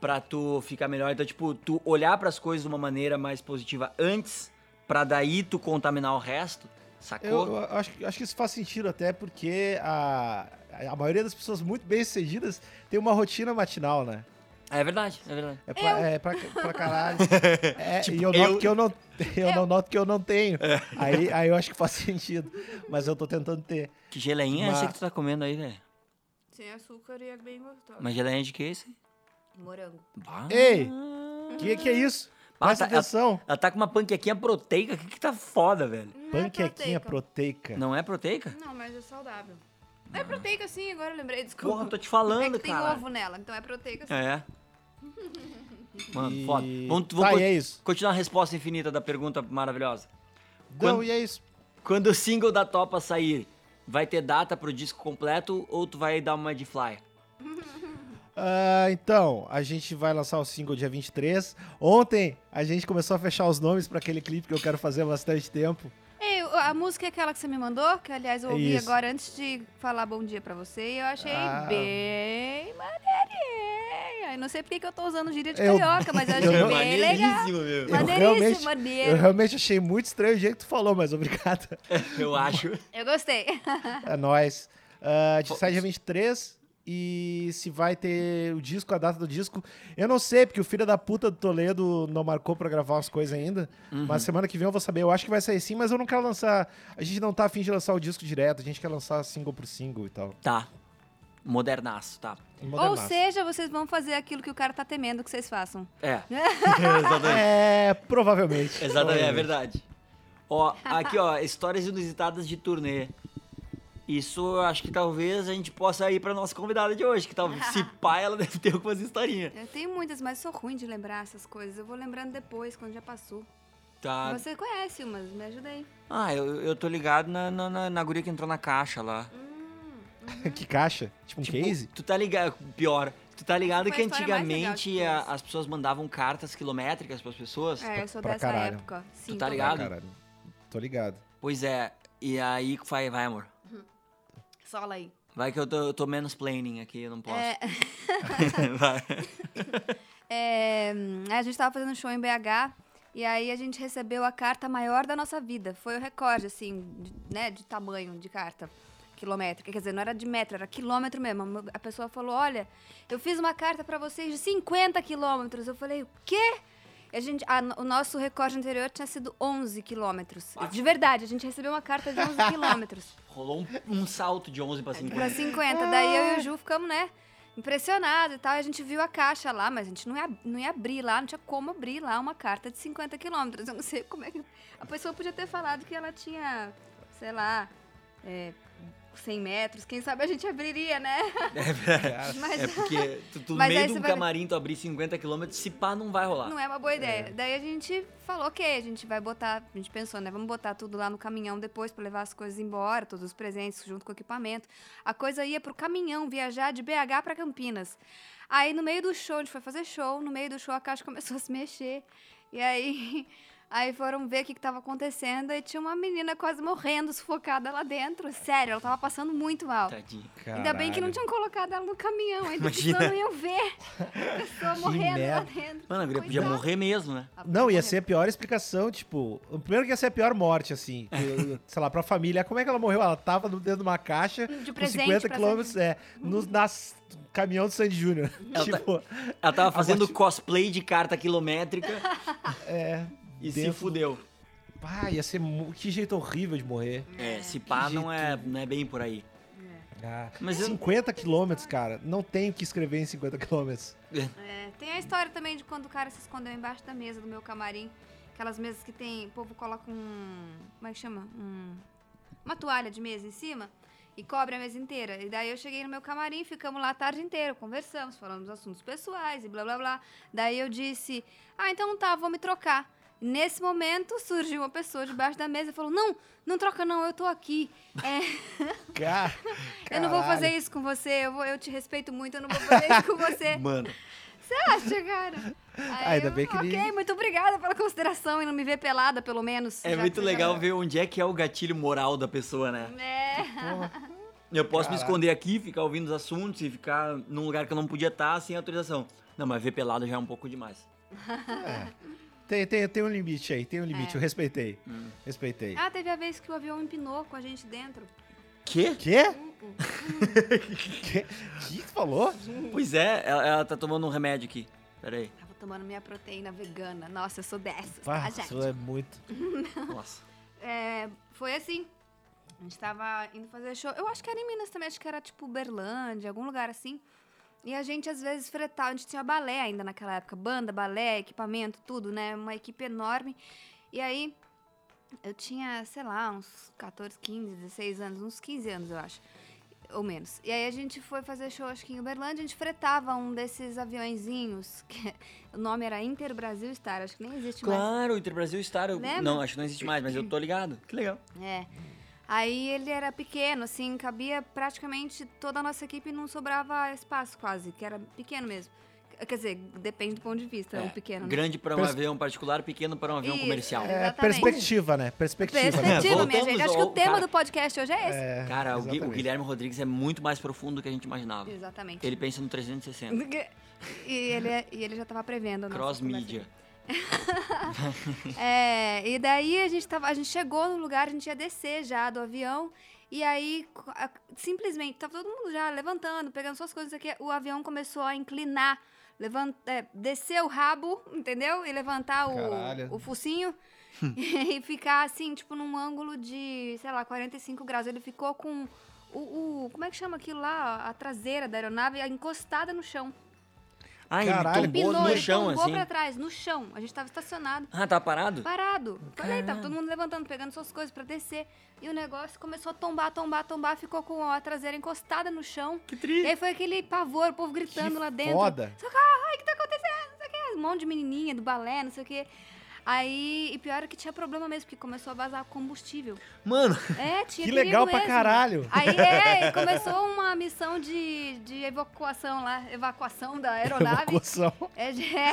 S1: pra tu ficar melhor. Então, tipo, tu olhar pras coisas de uma maneira mais positiva antes, pra daí tu contaminar o resto,
S2: Eu,
S1: sacou?
S2: eu acho, que- acho que isso faz sentido até porque a, a maioria das pessoas muito bem sucedidas tem uma rotina matinal, né?
S1: É verdade, é verdade.
S2: É pra, é pra, pra caralho. É, e eu,
S1: Tipo, eu- É.
S2: noto que eu, não, eu, não noto que eu não tenho. Aí, aí eu acho que faz sentido. Mas eu tô tentando ter.
S1: Que geleinha é
S2: Mas-
S1: essa que tu tá comendo aí, velho?
S3: Sem açúcar e é bem gostoso.
S1: Mas geleinha de que esse?
S3: Morango.
S1: Bah.
S2: Ei! O que, que é isso?
S1: Ah,
S2: Presta
S1: tá- ela-
S2: atenção.
S1: Ela tá com uma panquequinha proteica aqui que tá foda, velho.
S3: Não é
S2: Hum, Panquequinha
S3: proteica.
S2: proteica.
S1: Não é proteica?
S3: Não, mas é saudável. É proteica sim, agora eu lembrei, desculpa.
S1: Porra, eu tô te
S3: é
S1: falando,
S3: que tem
S1: cara.
S3: ovo nela, então é proteica sim.
S1: É. Mano,
S2: E-
S1: foda. Vamos,
S2: Tá,
S1: vamos
S2: e é isso.
S1: continuar a resposta infinita da pergunta maravilhosa.
S2: Não,
S1: Quando-
S2: e é isso.
S1: Quando o single da Topa sair, vai ter data pro disco completo ou tu vai dar uma de flyer?
S2: Ah, então, a gente vai lançar o single dia 23. Ontem a gente começou a fechar os nomes pra aquele clipe que eu quero fazer há bastante tempo.
S3: Ei, o- a música é aquela que você me mandou, que aliás eu ouvi
S2: Isso.
S3: agora antes de falar bom dia pra você, e eu achei
S2: Ah.
S3: bem maneirinha. Eu Não sei porque que eu tô usando gíria de
S2: Eu-
S3: carioca, mas eu
S2: eu
S3: achei
S2: não- é
S3: bem legal.
S1: meu.
S3: Maneiríssimo,
S2: realmente- Eu
S3: maneiro.
S2: realmente achei muito estranho o jeito que tu falou, mas obrigado.
S1: Eu acho.
S3: Eu gostei.
S2: É nóis. Ah, a gente
S1: Pô,
S2: sai dia 23 e se vai ter o disco, a data do disco. Eu não sei, porque o filho da puta do Toledo não marcou pra gravar umas coisas ainda. Mas semana que vem eu vou saber. Eu acho que vai sair sim, mas eu não quero lançar. A gente não tá afim de lançar o disco direto, a gente quer lançar single por single e tal.
S1: Tá. Modernaço, tá.
S3: Ou
S2: Modernaço.
S3: seja, vocês vão fazer aquilo que o cara tá temendo que vocês façam.
S1: É. Exatamente.
S2: É, provavelmente.
S1: Exatamente, é
S2: Provavelmente.
S1: verdade. Ó, aqui ó, histórias inusitadas de turnê. Isso eu acho que talvez a gente possa ir pra nossa convidada de hoje, que talvez se pá, ela deve ter algumas historinhas.
S3: Eu tenho muitas, mas sou ruim de lembrar essas coisas. Eu vou lembrando depois, quando já passou.
S2: Ah.
S1: Tá.
S3: Você conhece umas, me ajuda aí.
S1: Ah, eu, eu tô ligado na, na, na, na guria que entrou na caixa lá.
S3: Hum.
S2: que caixa? Tipo um case?
S1: Tu tá ligado, pior, tu tá ligado
S3: Foi a
S1: que
S3: história mais legal de
S1: antigamente a-
S3: todas.
S1: as pessoas mandavam cartas quilométricas pras pessoas?
S3: É, eu sou
S2: pra
S3: dessa
S2: caralho.
S3: época. Sim,
S1: tá
S3: tô-
S1: ligado?
S2: Ah, caralho. Tô ligado.
S1: Pois é, e aí vai, vai amor.
S3: Sola aí.
S1: Vai que eu tô, eu tô menos planning aqui, eu não posso.
S3: É,
S1: vai.
S3: É, a gente tava fazendo um show em BH e aí a gente recebeu a carta maior da nossa vida. Foi o recorde, assim, de, né, de tamanho de carta quilométrica. Quer dizer, não era de metro, era quilômetro mesmo. A pessoa falou: Olha, eu fiz uma carta pra vocês de 50 quilômetros. Eu falei: O quê? E A gente, a no- o nosso recorde anterior tinha sido 11 quilômetros. De verdade, a gente recebeu uma carta de 11 quilômetros.
S1: Rolou um, um salto de
S3: É,
S1: 11 pra 50.
S3: Pra 50. Daí eu e o Ju ficamos, né? Impressionados e tal. A gente viu a caixa lá, mas a gente não ia, não ia abrir lá, não tinha como abrir lá uma carta de 50 quilômetros. Eu não sei como é que. A pessoa podia ter falado que ela tinha, sei lá, é, 100 metros. Quem sabe a gente abriria, né? Mas
S1: É porque tu, tu no
S3: Mas
S1: meio
S3: aí
S1: de um
S3: você vai-
S1: camarim, tu abrir 50 km, se pá, não vai rolar.
S3: não é uma boa ideia. Daí a gente falou, ok, a gente vai botar. A gente pensou, né? Vamos botar tudo lá no caminhão depois pra levar as coisas embora, todos os presentes junto com o equipamento. A coisa ia pro caminhão viajar de BH pra Campinas. Aí no meio do show, a gente foi fazer show, no meio do show a caixa começou a se mexer. E aí Aí foram ver o que, que tava acontecendo e tinha uma menina quase morrendo, sufocada lá dentro. Sério, ela tava passando muito mal.
S1: Tadinho.
S3: Ainda bem que não tinham colocado ela no caminhão, ainda Imagina. não iam ver a pessoa morrendo lá
S2: merda.
S3: dentro.
S1: Mano, a guria podia
S3: Coitada.
S1: morrer mesmo, né?
S3: Ah,
S2: Não, ia
S3: morreu.
S2: ser a pior explicação, tipo. o Primeiro que ia ser a pior morte, assim. que, sei lá, pra família. Como é que ela morreu? Ela tava no- dentro de uma caixa.
S3: De
S2: com
S3: Um presente,
S2: 50
S3: pra Uhum.
S2: quilômetros, é. No nas- caminhão do Sandy Júnior.
S1: Ela tá-
S2: tipo,
S1: Ela tava fazendo
S2: morte-
S1: cosplay de carta quilométrica
S2: é.
S1: e
S2: Dentro
S1: se
S2: do-
S1: fudeu.
S2: Pá, ia ser. mu- Que jeito horrível de morrer.
S1: É, se pá não é, não é bem por aí.
S2: Ah,
S1: Mas eu-
S2: 50 quilômetros, cara. Não tem o que escrever em 50 quilômetros.
S3: É, tem a história também de quando o cara se escondeu embaixo da mesa do meu camarim. Aquelas mesas que tem. O povo coloca um. Como é que chama? Um- uma toalha de mesa em cima e cobre a mesa inteira. E daí eu cheguei no meu camarim, ficamos lá a tarde inteira, conversamos, falamos assuntos pessoais e blá blá blá. Daí eu disse: Ah, então tá, vou me trocar. Nesse momento surgiu uma pessoa debaixo da mesa e falou: Não, não troca não, eu tô aqui. É,
S2: Cara,
S3: eu não vou fazer isso com você, eu, vou- eu te respeito muito, eu não vou fazer isso com você.
S1: Mano,
S3: Acha, cara. Aí
S2: ainda
S3: eu,
S2: bem que
S3: ok,
S2: ele-
S3: muito obrigada pela consideração e não me ver pelada, pelo menos.
S1: é
S3: já
S1: muito
S3: que você
S1: legal
S3: já-
S1: ver onde é que é o gatilho moral da pessoa, né?
S3: É,
S1: Eu posso me
S2: Caralho.
S1: esconder aqui, ficar ouvindo os assuntos e ficar num lugar que eu não podia estar sem autorização. Não, mas ver pelado já é um pouco demais.
S2: Tem, tem, tem um limite aí, tem um limite. Eu respeitei.
S1: Hum.
S2: Respeitei.
S3: É. Ah, teve a vez que o avião empinou com a gente dentro.
S1: Quê?
S2: Quê?
S3: hum,
S2: Quê? Que tu falou?
S1: Pois é, ela, ela tá tomando um remédio aqui. Pera aí.
S3: Tava tomando minha proteína vegana. Nossa, eu sou dessas,
S2: Ah,
S3: tá, gente?
S2: isso é muito.
S1: Nossa.
S3: É, foi assim. A gente tava indo fazer show. Eu acho que era em Minas também, acho que era tipo Berlândia, algum lugar assim. E a gente às vezes fretava, a gente tinha balé ainda naquela época, banda, balé, equipamento, tudo, né? Uma equipe enorme. E aí eu tinha, sei lá, uns 14, 15, 16 anos, uns 15 anos, eu acho. Ou menos. E aí a gente foi fazer show, acho que em Uberlândia, a gente fretava um desses aviõezinhos, que o nome era Inter Brasil Star, acho que nem existe mais.
S1: Claro, Inter Brasil Star. eu-
S3: Lembra?
S1: Não, acho que não existe mais, mas eu tô ligado. Que legal.
S3: É. Aí ele era pequeno, assim, cabia praticamente toda a nossa equipe e não sobrava espaço quase, que era pequeno mesmo. Quer dizer, depende do ponto de vista, é, um pequeno. né?
S1: Grande para um
S2: Pers-
S1: avião particular, pequeno para um avião
S3: Isso,
S1: comercial.
S3: é.
S2: É,
S3: Exatamente.
S2: perspectiva, né? Perspectiva. né?
S3: Perspectiva, minha
S1: Voltamos
S3: gente. Acho que
S1: ao-
S3: o tema
S1: cara.
S3: do podcast hoje é esse.
S2: É,
S1: Cara, o Gui- o
S2: exatamente.
S1: Guilherme Rodrigues é muito mais profundo do que a gente imaginava.
S3: Exatamente.
S1: Ele pensa no 360.
S3: E ele, é, e ele já tava prevendo. a nossa
S1: Cross
S3: conversa.
S1: mídia.
S3: É, e daí a gente, tava, a gente chegou no lugar, a gente ia descer já do avião. E aí, co- a- simplesmente, tava todo mundo já levantando, pegando suas coisas aqui. O avião começou a inclinar, levan- é, descer o rabo, entendeu? E levantar
S2: Caralho.
S3: o, o focinho. e ficar assim, tipo, num ângulo de, sei lá, 45 graus. Ele ficou com o. o- como é que chama aquilo lá? A traseira da aeronave é encostada no chão.
S1: Ah,
S2: Caralho.
S1: ele tombou
S3: Pinou,
S1: no
S3: ele
S1: chão,
S3: tombou
S1: assim.
S3: pra trás, no chão. A gente tava estacionado.
S1: Ah, tá parado?
S3: Parado. Falei, tava todo mundo levantando, pegando suas coisas pra descer. E o negócio começou a tombar, tombar, tombar. Ficou com a traseira encostada no chão.
S1: Que
S3: E
S1: triste.
S3: aí foi aquele pavor, o povo gritando
S2: Que
S3: lá dentro.
S2: foda.
S3: Socorro, ai, o que tá acontecendo? Não sei o quê. Um monte de menininha do balé, não sei o quê. Aí, e pior é que tinha problema mesmo, porque começou a vazar combustível.
S1: Mano,
S3: É, tinha
S2: Que legal
S3: perigo
S2: pra
S3: mesmo.
S2: caralho.
S3: Aí, é, e começou uma missão de, de evacuação lá, evacuação da aeronave.
S2: Evacuação.
S3: É, de- é.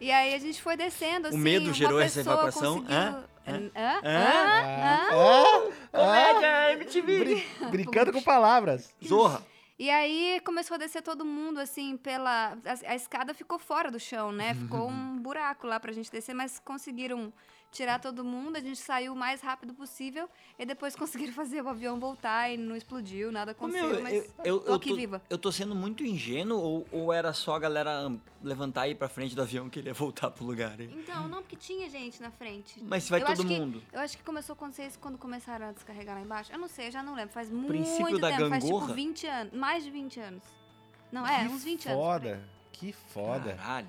S3: E aí a gente foi descendo, assim.
S1: medo
S3: uma
S1: gerou essa
S3: pessoa
S1: evacuação?
S3: conseguiu-
S1: Hã?
S3: Hã? Hã?
S2: Ah,
S3: Hã?
S2: ah,
S1: comédia MTV.
S2: brin- É? brincando com palavras.
S1: Zorra.
S3: E aí começou a descer todo mundo, assim, pela. A, a escada ficou fora do chão, né? Ficou um buraco lá pra gente descer, mas conseguiram tirar todo mundo. A gente saiu o mais rápido possível e depois conseguiram fazer o avião voltar e não explodiu,
S1: Ô,
S3: nada aconteceu, mas tô
S1: eu
S3: aqui
S1: tô,
S3: viva.
S1: eu tô sendo muito ingênuo ou, ou era só a galera hum, levantar e ir pra frente do avião que ele ia voltar pro lugar? hein?
S3: Então, não, porque tinha gente na frente.
S1: Mas se vai
S3: Eu
S1: todo
S3: acho que-
S1: mundo.
S3: Eu acho que começou a acontecer isso quando começaram a descarregar lá embaixo. Eu não sei, eu já não lembro. Faz
S1: princípio
S3: muito
S1: da
S3: tempo, faz
S1: gangorra?
S3: tipo 20 anos. Mais de 20 anos. Não, é, uns 20 anos. por aí.
S2: Foda. Que foda.
S1: Ah. Caralho.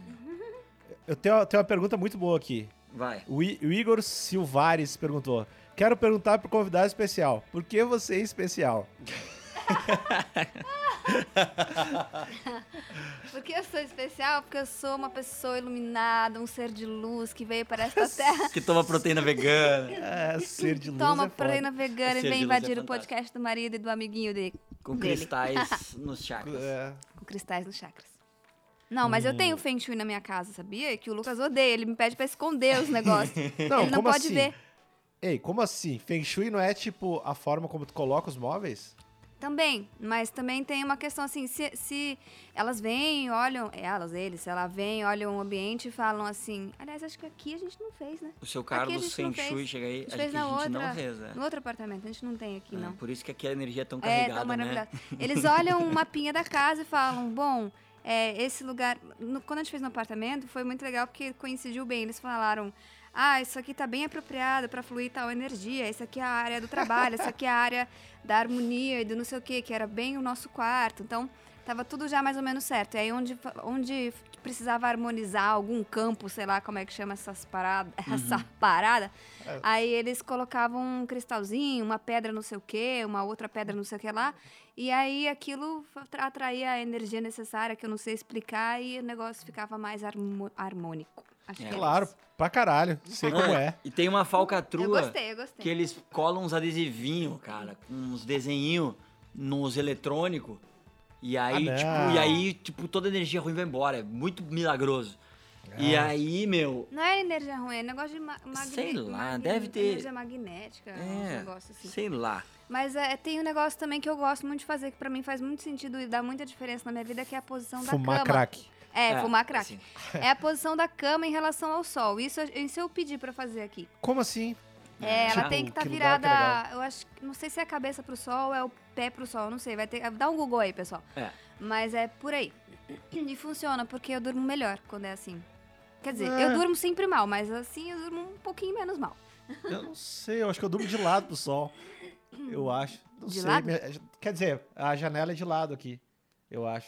S2: Eu tenho, tenho uma pergunta muito boa aqui.
S1: Vai.
S2: O, I- o Igor Silvares perguntou: Quero perguntar pro convidado especial, por que você é especial?
S3: Por que eu sou especial? Porque eu sou uma pessoa iluminada, um ser de luz que veio para esta terra.
S1: Que toma proteína vegana.
S2: É, ser de luz
S3: Toma
S2: é foda.
S3: proteína vegana
S1: Ser
S3: e
S1: de
S3: vem
S1: luz é
S3: invadir o
S1: fantástico.
S3: podcast do marido e do amiguinho dele,
S1: Com
S3: Dele.
S1: cristais nos chakras.
S2: É.
S3: com cristais nos chakras. Não, mas
S1: Hum.
S3: eu tenho Feng Shui na minha casa, sabia? Que o Lucas odeia, ele me pede pra esconder os negócios.
S2: Não,
S3: ele não
S2: como
S3: pode
S2: assim?
S3: ver.
S2: Ei, como assim? Feng Shui não é tipo a forma como tu coloca os móveis?
S3: Também, mas também tem uma questão assim, se, se elas vêm, olham, elas, eles, se ela vem, olham o ambiente e falam assim, aliás, acho que aqui a gente não fez, né?
S1: O seu
S3: a
S1: Carlos
S3: gente
S1: Feng
S3: não fez.
S1: Shui chega aí,
S3: A gente
S1: aqui
S3: fez na
S1: a gente não
S3: outra.
S1: fez, né?
S3: No outro apartamento, a gente não tem aqui,
S1: É,
S3: não.
S1: Por isso que aqui a energia é tão
S3: É,
S1: carregada,
S3: tá
S1: né?
S3: maravilhoso. Eles olham uma pinha da casa e falam, bom, é, esse lugar... no- quando a gente fez no apartamento, foi muito legal porque coincidiu bem. Eles falaram, ah, isso aqui tá bem apropriado pra fluir tal energia, isso aqui é a área do trabalho, isso aqui é a área da harmonia e do não sei o quê, que era bem o nosso quarto. Então, tava tudo já mais ou menos certo. E aí, onde, fa- onde precisava harmonizar algum campo, sei lá como é que chama essas paradas,
S1: Uhum.
S3: essa parada,
S1: É.
S3: Aí eles colocavam um cristalzinho, uma pedra não sei o quê, uma outra pedra não sei o que lá. E aí aquilo fa- tra- atraía a energia necessária, que eu não sei explicar, e o negócio ficava mais harmo- harmônico. Acho
S1: É.
S3: que era
S2: Claro,
S3: isso.
S2: pra caralho. Sei
S3: Ah.
S2: como é.
S1: Ah, E tem uma
S3: Eu
S1: falcatrua
S3: gostei, eu gostei.
S1: que eles colam uns adesivinhos, cara, com uns desenhinhos nos eletrônicos. E aí,
S2: Ah, não.
S1: tipo, e aí, tipo, toda energia ruim vai embora. É muito milagroso. E
S2: Ah.
S1: aí, meu,
S3: Não é energia ruim, é negócio de ma magne-
S1: Sei lá,
S3: magne-
S1: deve ter-
S3: Energia magnética, um
S1: É,
S3: negócio assim.
S1: sei lá.
S3: Mas é, tem um negócio também que eu gosto muito de fazer, que pra mim faz muito sentido e dá muita diferença na minha vida, que é a posição
S2: Fumar
S3: da cama.
S2: crack.
S3: É, fumar crack.
S1: assim.
S3: É a posição da cama em relação ao sol. Isso, isso eu pedi pra fazer aqui.
S2: Como assim?
S3: É, ela
S1: Tipo,
S3: tem que estar
S2: que lugar que
S3: virada.
S2: é
S3: eu acho. que- Não sei se é a cabeça pro sol ou é o pé pro sol, não sei. Vai ter. Dá um Google aí, pessoal.
S1: É.
S3: Mas é por aí. E funciona, porque eu durmo melhor quando é assim. Quer dizer,
S2: É.
S3: eu durmo sempre mal, mas assim eu durmo um pouquinho menos mal.
S2: Eu não sei, eu acho que eu durmo de lado pro sol. Eu acho. Não
S3: De
S2: sei.
S3: lado?
S2: minha- Quer dizer, a janela é de lado aqui, eu acho.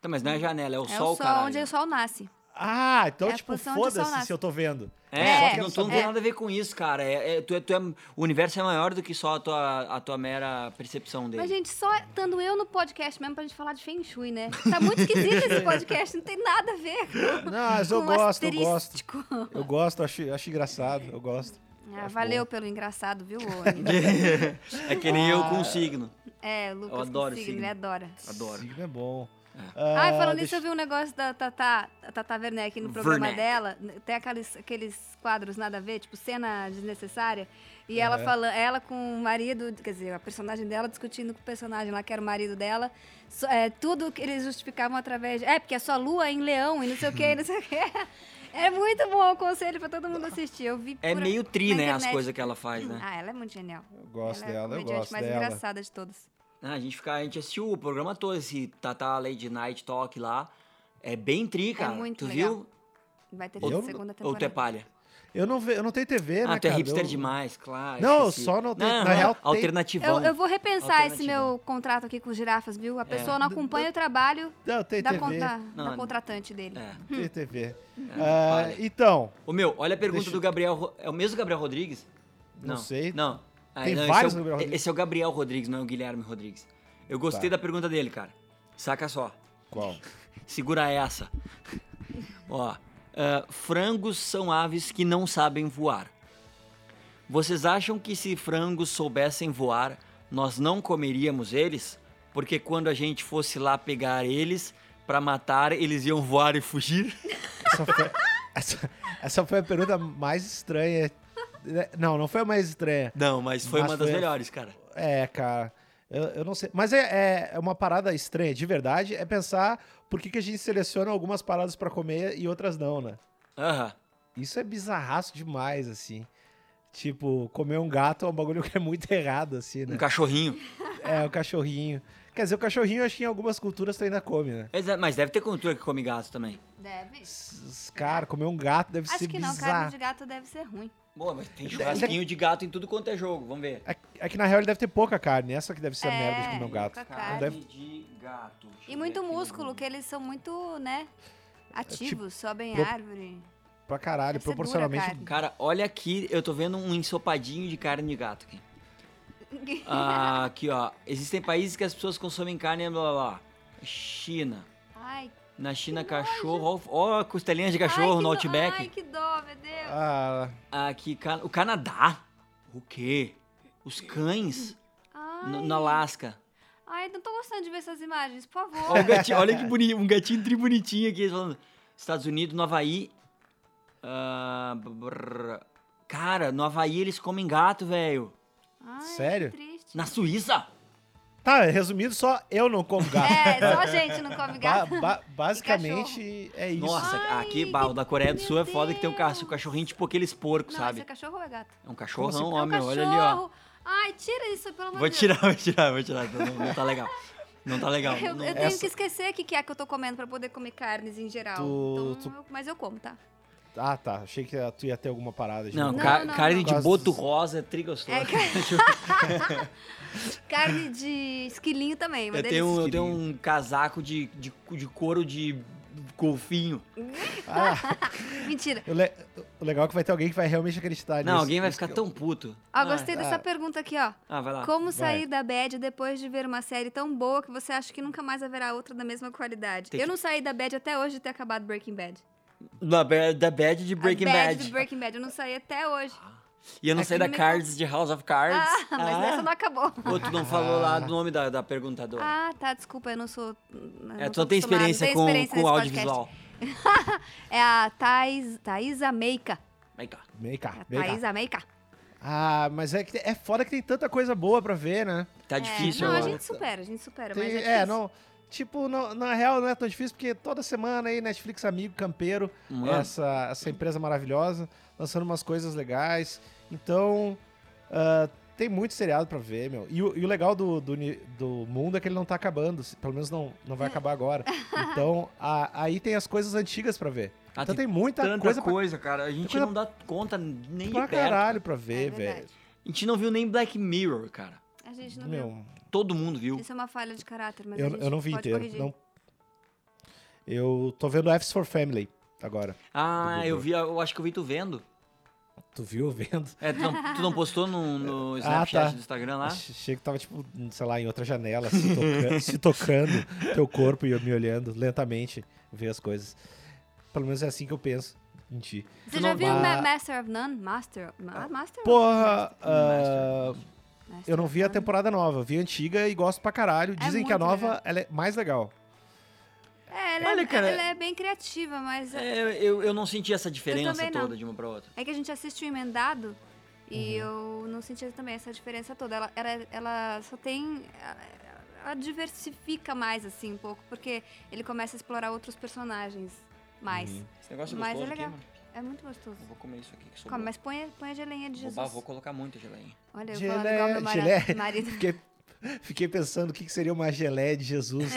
S1: Tá, mas não é a janela, é o
S3: é
S1: sol,
S3: o sol
S1: cara.
S3: onde o sol nasce.
S2: Ah, então,
S3: É a
S2: tipo,
S3: posição onde o sol
S2: foda-se
S3: nasce.
S2: se eu tô vendo.
S1: É,
S3: É,
S1: não, tu não tem
S3: é.
S1: nada a ver com isso, cara. É, é- tu é- tu é- o universo é maior do que só a tua, a tua mera percepção dele.
S3: Mas, gente, só estando eu no podcast mesmo pra gente falar de Feng Shui, né? Tá muito esquisito esse podcast, não tem nada a ver. com-
S2: É, Não, mas eu
S3: com
S2: gosto, eu gosto.
S3: asterístico.
S2: Eu gosto, eu acho, eu acho engraçado, eu gosto.
S3: Ah,
S2: Acho
S3: valeu pelo engraçado, viu, Oni?
S1: é que nem eu com
S3: Ah.
S1: o signo.
S3: É, o Lucas
S1: Eu adoro
S3: com
S1: signo.
S3: signo, ele adora.
S1: Adoro.
S2: Signo é bom. Ah,
S3: Ai,
S1: Ah,
S3: falando
S2: deixa-
S3: nisso, eu vi um negócio da Tata, a Tata Werneck no programa
S1: Werneck.
S3: dela. n- Tem aqueles, aqueles quadros nada a ver, tipo cena desnecessária. E ela falando, ela com o marido, quer dizer, a personagem dela discutindo com o personagem lá, que era o marido dela. So- é, tudo que eles justificavam através de. É, porque é só lua em leão e não sei o quê, e não sei o quê. É muito bom o conselho pra todo mundo assistir. Eu vi
S1: É
S3: por-
S1: meio tri,
S3: na
S1: né, as
S3: internet.
S1: coisas que ela faz, né?
S3: Ah, ela é muito genial.
S2: Eu gosto
S3: ela é a
S2: dela, eu
S3: comediante
S2: gosto
S3: mais
S2: dela.
S3: engraçada de todas.
S1: Ah, a gente fica, a gente assistiu o programa todo, esse Tata Lady Night Talk lá. É bem tri, cara.
S3: muito
S1: tu
S3: legal.
S1: viu?
S3: Vai ter
S1: Ou-
S3: que segunda
S1: Ou tu
S3: temporada.
S1: é palha?
S2: Eu não, ve- eu não tenho TV, né,
S1: Ah, tu é
S2: cara?
S1: hipster
S2: Eu-
S1: demais, claro.
S2: Não,
S1: esqueci.
S2: só não tem- na
S1: não,
S2: real, tem-
S1: Alternativão.
S3: Eu, eu vou repensar esse
S1: Alternativa. É.
S3: meu contrato aqui com os girafas, viu? A pessoa não acompanha o trabalho
S2: Não, tem
S3: da,
S2: TV.
S3: conta-
S1: Não,
S3: da
S1: não.
S3: contratante dele.
S1: É.
S2: Tem TV.
S3: Hum.
S2: Ah,
S1: vale.
S2: então,
S1: Ô meu, olha a pergunta
S2: Deixa
S1: do
S2: eu-
S1: Gabriel. Ro- É o mesmo Gabriel Rodrigues?
S2: Não sei.
S1: Não. Ah,
S2: Tem
S1: não,
S2: vários
S1: esse é, o,
S2: Gabriel Rodrigues. Tá.
S1: esse é o Gabriel Rodrigues, não é o Guilherme Rodrigues. Eu gostei da pergunta dele, cara. Saca só.
S2: qual?
S1: Segura essa. Ó. ah, frangos são aves que não sabem voar. Vocês acham que se frangos soubessem voar, nós não comeríamos eles? Porque quando a gente fosse lá pegar eles pra matar, eles iam voar e fugir?
S2: Essa foi, essa, essa foi a pergunta mais estranha. Não, não foi a mais estranha.
S1: Não, mas foi
S2: Mas
S1: uma das
S2: foi a-
S1: melhores, cara.
S2: É, cara. Eu, eu não sei. Mas é, é- é uma parada estranha, de verdade, é pensar por que, que a gente seleciona algumas paradas pra comer e outras não, né?
S1: Aham.
S2: Isso é bizarraço demais, assim. Tipo, comer um gato é um bagulho que é muito errado, assim,
S1: Um
S2: né?
S1: cachorrinho.
S2: É, o cachorrinho. Quer dizer, o cachorrinho eu acho que em algumas culturas tu ainda come, né?
S1: Mas é- Mas deve ter cultura que come gato também.
S3: Deve.
S2: S- Cara, comer um gato deve
S3: Acho
S2: ser
S3: que não, carne
S2: bizarro.
S3: de gato deve ser ruim.
S1: Boa, mas tem churrasquinho de gato em tudo quanto é jogo, vamos ver.
S2: É, é que na real ele deve ter pouca carne, essa que deve ser a
S3: É,
S2: merda de comer um gato.
S3: pouca
S2: Não
S3: carne.
S2: deve-
S1: de gato. Deixa
S3: E
S1: eu
S3: muito
S1: ver aqui
S3: músculo,
S1: no-
S3: que eles são muito, né? Ativos,
S2: É
S3: sobem
S2: tipo pro-
S3: árvore.
S2: Pra caralho,
S3: Deve ser dura
S2: proporcionalmente.
S3: a carne.
S1: Cara, olha aqui, eu tô vendo um ensopadinho de carne de gato aqui. Ah, aqui, ó. Existem países que as pessoas consomem carne, blá, blá, blá. China.
S3: Ai,
S1: Na China, cachorro. Ó, ó, costelinha de cachorro
S3: ai, que
S1: no
S3: dó-
S1: Outback.
S3: Ai, que dó, meu Deus.
S2: Ah,
S1: Aqui, Ca- o Canadá. O quê? Os cães
S3: Ai.
S1: no, no Alasca.
S3: Ai, não tô gostando de ver essas imagens, por favor.
S1: Ó, um gatinho- olha que bonito, um gatinho tri bonitinho aqui, eles falando. Estados Unidos, no Havaí. Ah, brrr. cara, no Havaí eles comem gato, velho.
S3: Ai,
S2: Sério?
S3: Que triste.
S1: Na Suíça?
S2: Tá, resumido, só eu não como gato.
S3: É, só a gente não come
S2: Ba-
S3: gato.
S2: ba- basicamente é isso.
S1: Nossa,
S3: Ai,
S1: aqui, bah, o da Coreia do Sul é
S3: meu
S1: foda que tem um, ca-
S3: Deus.
S1: um cachorrinho tipo aqueles porcos,
S3: não,
S1: sabe?
S3: esse é cachorro ou é gato?
S1: É um cachorrão,
S2: Como assim?
S3: é um
S1: homem,
S3: cachorro.
S1: olha ali, ó.
S3: Ai, tira isso, pelo amor
S1: Vou
S3: de
S1: tirar, vou tirar, vou tirar. Não, não tá legal. Não tá legal.
S3: Deus. Eu,
S1: não-
S3: eu tenho
S2: Essa-
S3: que esquecer o que, que é que eu tô comendo pra poder comer carnes em geral.
S2: Tu-
S3: Então, eu- mas eu como, tá?
S2: Ah, tá. Achei que tu ia ter alguma parada. de
S1: Não,
S2: novo.
S1: ca-
S3: não, não.
S1: carne de
S2: Gosto
S1: boto
S2: dos-
S1: rosa é trigostosa.
S3: É, Carne de esquilinho também, uma
S1: eu,
S3: delícia.
S1: tenho, um- eu tenho um casaco de, de, de couro de golfinho.
S2: Ah,
S1: um-
S3: Mentira.
S2: o, le- o legal é que vai ter alguém que vai realmente acreditar nisso.
S1: Não, alguém vai
S2: Isso
S1: ficar
S2: que eu-
S1: tão puto.
S3: Ó,
S1: Ah,
S3: gostei dessa
S2: ah.
S3: pergunta aqui, ó.
S1: Ah, vai lá.
S3: Como
S2: vai.
S3: sair da bad depois de ver uma série tão boa que você acha que nunca mais haverá outra da mesma qualidade?
S1: Tem
S3: eu
S1: que-
S3: não saí da bad até hoje de ter acabado Breaking Bad.
S1: Da, ba- da bad de Breaking
S3: a bad,
S1: Bad.
S3: de Breaking Bad, eu não saí até hoje.
S1: E eu não
S3: É
S1: sei da
S3: criminal.
S1: Cards, de House of Cards.
S3: Ah, mas nessa não acabou.
S1: Pô, tu não falou lá do nome da, da perguntadora.
S3: Ah, tá, desculpa, eu não sou. eu não
S1: é, tu
S3: sou
S1: não tem
S3: acostumada,
S1: experiência
S3: tenho
S1: com,
S3: experiência
S1: com
S3: nesse
S1: audiovisual.
S3: podcast. é a Thais, Thaisa Meika.
S1: Vem cá.
S2: Vem
S3: É a
S2: cá, vem cá.
S3: Thaisa Meika.
S2: Ah, mas é, que, é foda que tem tanta coisa boa pra ver, né?
S1: Tá difícil
S3: é, Não, a
S1: agora.
S3: gente supera, a gente supera.
S2: Tem-
S3: mas
S2: é,
S3: é, difícil.
S2: não. Tipo, não- na real não é tão difícil, porque toda semana aí, Netflix Amigo, Campeiro,
S1: Mano.
S2: essa, essa empresa maravilhosa, lançando umas coisas legais. Então, ah, tem muito seriado pra ver, meu. E o, e o legal do, do, uni- do mundo é que ele não tá acabando, se- pelo menos não, não vai acabar agora. Então, a- aí tem as coisas antigas pra ver.
S1: Ah,
S2: então
S1: tem
S2: tem, muita
S1: Tanta
S2: coisa
S1: coisa,
S2: pra,
S1: cara. A gente
S2: coisa
S1: não dá conta nem
S2: pra
S1: de perto.
S2: caralho pra ver,
S3: É
S2: velho.
S3: verdade.
S1: A gente não viu nem Black Mirror, cara.
S3: A gente não viu.
S2: Meu,
S1: Todo mundo viu.
S3: Isso é uma falha de caráter, mas a
S2: eu,
S3: gente
S2: eu não vi
S3: pode
S2: inteiro.
S3: corrigir.
S2: Não. Eu tô vendo F's for Family agora.
S1: Ah,
S2: Google.
S1: eu vi, eu acho que eu vi tu vendo.
S2: Tu viu vendo?
S1: É, tu, não, tu não postou no, no Snapchat
S2: tá.
S1: do Instagram lá?
S2: Ach- Achei que tava, tipo, sei lá, em outra janela, se, toca- se tocando teu corpo e eu me olhando lentamente, ver as coisas. Pelo menos é assim que eu penso em ti.
S3: Você já
S1: não
S3: viu
S2: vai-
S3: Ma- Master of None? Master, Ma- Master of-
S2: Porra,
S1: é,
S2: ah,
S3: Master
S2: eu não
S3: of
S2: vi a
S3: None.
S2: temporada nova, vi a antiga e gosto pra
S1: É
S2: caralho. Dizem que a
S3: muito
S2: nova
S3: legal.
S2: ela é mais legal.
S3: É, ela,
S1: Olha,
S3: é,
S1: cara-
S3: ela é bem criativa, mas é,
S1: É, eu, eu não senti essa diferença
S3: também não.
S1: toda de uma pra outra.
S3: é que a gente assiste o emendado e
S2: Uhum.
S3: eu não senti também essa diferença toda. Ela, ela, ela só tem. Ela, ela diversifica mais, assim, um pouco, porque ele começa a explorar outros personagens mais.
S2: Uhum.
S1: Esse negócio é
S3: Mas é
S1: gostoso aqui,
S3: legal.
S1: mano.
S3: É muito gostoso.
S1: Eu vou comer isso aqui que sobrou.
S3: Come, mas põe, põe a geleinha de
S1: vou,
S3: Jesus.
S1: bah, vou colocar muito geleinha.
S3: Olha, eu
S2: Gelé-
S3: falando igual meu mara-
S2: gelé.
S3: marido.
S2: Fiquei, fiquei pensando o que, que seria uma geleia de Jesus,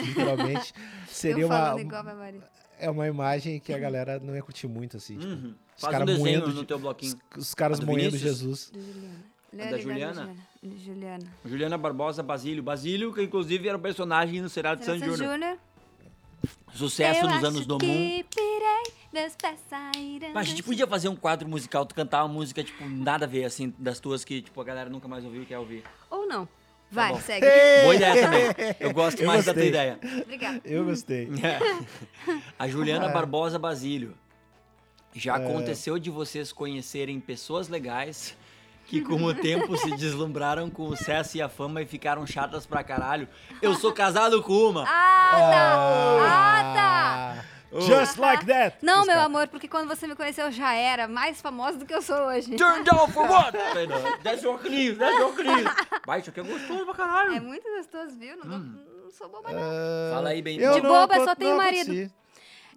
S2: literalmente. seria
S3: eu
S2: uma,
S3: falando igual meu marido.
S2: é uma imagem que a galera não ia curtir muito, assim. tipo,
S1: Uhum.
S2: os
S1: Faz um
S2: caras
S1: desenho
S2: moendo
S1: no
S2: de-
S1: teu
S2: os,
S1: bloquinho.
S2: os caras
S1: A do
S2: moendo
S1: Vinícius?
S2: Jesus.
S3: Do Juliana.
S1: da Juliana?
S3: Juliana. Juliana.
S1: Juliana Barbosa, Basílio. Basílio, que inclusive era um personagem no Será de San
S3: Juliana
S1: Júnior. é
S3: Júnior.
S1: Sucesso
S3: Eu
S1: nos
S3: acho
S1: anos do
S3: que
S1: mundo.
S3: pirei meus pés saíram
S1: Mas a gente
S3: dos-
S1: podia fazer um quadro musical, tu cantar uma música, tipo, nada a ver, assim, das tuas que, tipo, a galera nunca mais ouviu e quer ouvir.
S3: Ou não. Vai,
S1: Tá bom.
S3: segue.
S1: Boa ideia também. Eu gosto
S2: Eu
S1: mais da tua
S2: gostei.
S1: ideia.
S3: Obrigada.
S2: Eu gostei.
S1: É. A Juliana
S2: É.
S1: Barbosa Basílio. Já aconteceu de vocês conhecerem pessoas legais que com o tempo se deslumbraram com o sucesso e a fama e ficaram chatas pra caralho. Eu sou casado com uma.
S3: Ah, tá. Ah, tá.
S1: Oh.
S2: Just like that!
S3: Não,
S2: Os
S3: meu
S2: caras-
S3: amor, porque quando você me conheceu eu já era mais famosa do que eu sou hoje.
S1: Turn down for what? Desce o óculos, desce o óculos. Vai, isso aqui é gostoso pra caralho.
S3: É muito gostoso, viu? Não, tô-
S1: Hum.
S3: não sou boba, não.
S2: Ah,
S1: Fala aí, bem.
S2: eu
S3: De
S2: não
S3: boba,
S2: con-
S3: só tem
S2: não
S3: o marido.
S2: aconteci.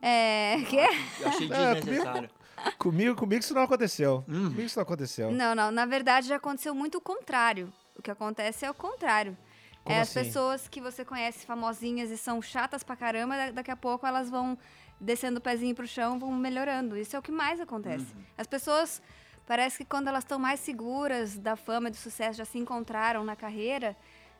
S3: É. Quê?
S1: Eu achei
S2: É,
S1: desnecessário.
S2: Comigo, comigo isso não aconteceu.
S1: Hum.
S2: Comigo isso não aconteceu.
S3: Não, não. Na verdade, já aconteceu muito o contrário. O que acontece é o contrário.
S2: Como
S3: é, as
S2: assim?
S3: pessoas que você conhece famosinhas e são chatas pra caramba, da- daqui a pouco elas vão descendo o pezinho pro chão, vão melhorando. Isso é o que mais acontece.
S2: Uhum.
S3: As pessoas, parece que quando elas estão mais seguras da fama e do sucesso, já se encontraram na carreira,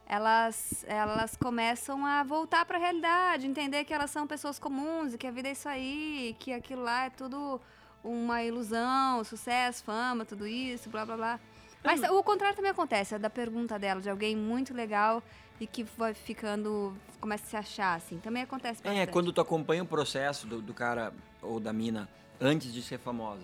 S3: elas, elas começam a voltar pra realidade, entender que elas são pessoas comuns, e que a vida é isso aí, que aquilo lá é tudo uma ilusão, sucesso, fama, tudo isso, blá blá blá. Mas
S1: Uhum.
S3: o contrário também acontece, é da pergunta dela, de alguém muito legal e que vai ficando. começa a se achar, assim. Também acontece bastante.
S1: É, quando tu acompanha o processo do, do cara ou da mina antes de ser famosa,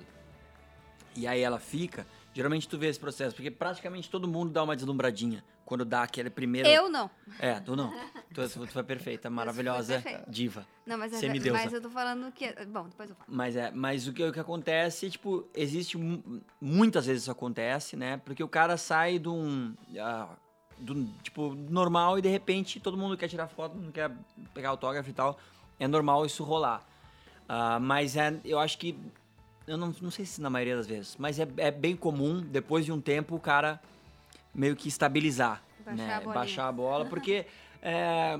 S1: e aí ela fica, Geralmente tu vê esse processo, porque praticamente todo mundo dá uma deslumbradinha quando dá aquele primeiro.
S3: Eu não.
S1: É, tu não. Tu, tu foi perfeita, maravilhosa,
S3: perfeita.
S1: diva.
S3: Não, mas, é,
S1: Semideusa.
S3: mas eu tô falando que. Bom, depois eu falo.
S1: Mas é, mas o que, o que acontece, tipo, existe mu- muitas vezes isso acontece, né? Porque o cara sai de um, ah, de um, tipo normal e de repente todo mundo quer tirar foto, não quer pegar autógrafo e tal. É normal isso rolar. Ah, mas é, eu acho que eu não, não sei se na maioria das vezes, mas é, é bem comum depois de um tempo o cara meio que estabilizar,
S3: Baixar
S1: né?
S3: a bolinha.
S1: Baixar a bola, porque é,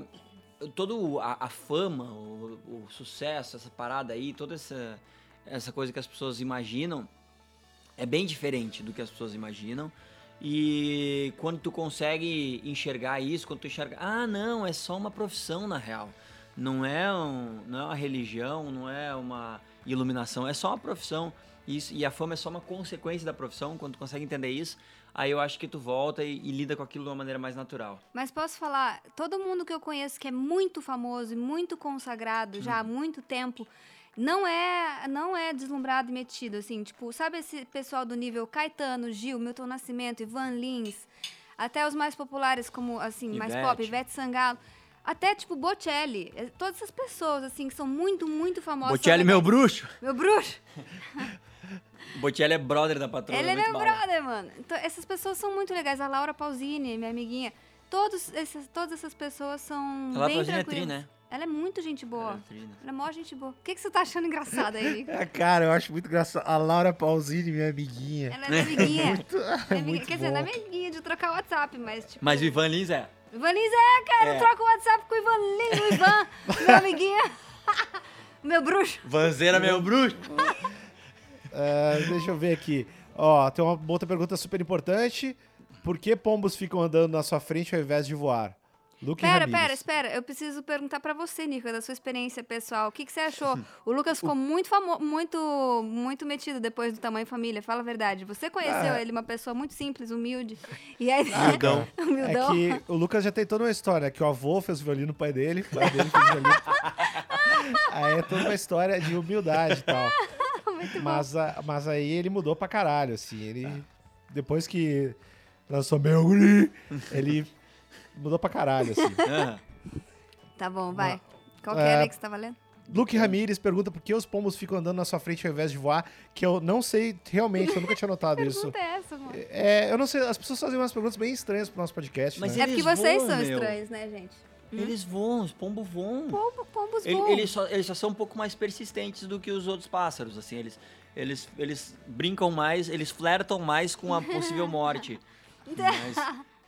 S1: todo a, a fama, o, o sucesso, essa parada aí, toda essa, essa coisa que as pessoas imaginam é bem diferente do que as pessoas imaginam. E quando tu consegue enxergar isso, quando tu enxerga, ah, não, é só uma profissão na real. Não é, um, não é uma religião, não é uma iluminação, é só uma profissão. E Isso, e a fama é só uma consequência da profissão. Quando tu consegue entender isso, aí eu acho que tu volta e, e lida com aquilo de uma maneira mais natural.
S3: Mas posso falar, todo mundo que eu conheço que é muito famoso e muito consagrado já há
S1: Uhum.
S3: muito tempo, não é, não é deslumbrado e metido, assim, tipo, sabe esse pessoal do nível Caetano, Gil, Milton Nascimento, Ivan Lins, até os mais populares como, assim, mais
S1: Ivete.
S3: pop, Ivete Sangalo, até, tipo, Bocelli, eh, todas essas pessoas, assim, que são muito, muito famosas.
S1: Botelho,
S3: são
S1: é meu
S3: legais.
S1: bruxo!
S3: Meu bruxo!
S1: Botelho é brother da patroa.
S3: Ele é
S1: muito
S3: meu
S1: bala.
S3: brother, mano. Então, essas pessoas são muito legais. A Laura Pausini, minha amiguinha. Todos esses, todas essas pessoas são
S1: Ela é
S3: bem
S1: Pausini é tri,
S3: tranquilas.
S1: né?
S3: Ela é muito gente boa.
S1: Ela é tri, né?
S3: Ela é mó gente boa. O que, que você tá achando engraçado aí?
S2: Ah, cara, eu acho muito engraçado. A Laura Pausini, minha amiguinha.
S3: Ela é minha amiguinha. Minha amiguinha.
S2: muito
S3: Quer dizer, não é
S2: bom.
S3: minha amiguinha de trocar WhatsApp, mas tipo...
S1: Mas o Ivan Lins é.
S3: Ivan Lins é, cara.
S1: É.
S3: Eu troco o WhatsApp com o Ivan Lins, o Ivan. meu amiguinha. meu bruxo.
S1: Vanzeira, é meu bruxo!
S2: Ah, deixa eu ver aqui. Ó, tem uma outra pergunta super importante. Por que pombos ficam andando na sua frente ao invés de voar? Luke
S3: Pera,
S2: Ramírez.
S3: pera, espera. Eu preciso perguntar pra você, Nico, da sua experiência pessoal. O que, que você achou? O Lucas ficou muito famoso, muito, muito metido depois do tamanho família. Fala a verdade. Você conheceu ele, uma pessoa muito simples, humilde. E aí,
S1: Ah,
S2: Humildão. É
S3: humildão.
S2: que o Lucas já tem toda uma história, que o avô fez violino no pai dele, o pai dele fez violino. aí é toda uma história de humildade e tal.
S3: muito bom.
S2: Mas, a- mas aí ele mudou pra caralho, assim. Ele. Depois que lançou meu guri, ele mudou pra caralho, assim.
S3: Uhum.
S1: Ah,
S3: Tá bom, vai. Qual que
S2: É.
S3: era que você tá valendo?
S2: Luke Ramires pergunta por que os pombos ficam andando na sua frente ao invés de voar, que eu não sei realmente, eu nunca tinha notado isso.
S3: Pergunta é essa, mano.
S2: É, eu não sei, as pessoas fazem umas perguntas bem estranhas pro nosso podcast,
S1: Mas
S2: né?
S3: É porque
S1: Eles
S3: vocês
S1: voam,
S3: são
S1: meu.
S3: estranhos, né, gente?
S1: Eles voam, os pombos voam.
S3: Pombo, pombos
S1: Ele-
S3: voam.
S1: eles, só, eles só são um pouco mais persistentes do que os outros pássaros, assim. Eles, eles, eles brincam mais, eles flertam mais com a possível morte. Mas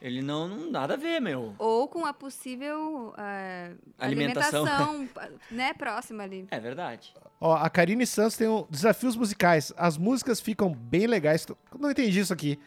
S1: ele não, não- nada a ver, meu.
S3: Ou com a possível é,
S1: Alimentação.
S3: alimentação, né, próxima ali.
S1: É verdade.
S2: Ó, a Karine Santos tem um desafios musicais. As músicas ficam bem legais. Tô- Não entendi isso aqui.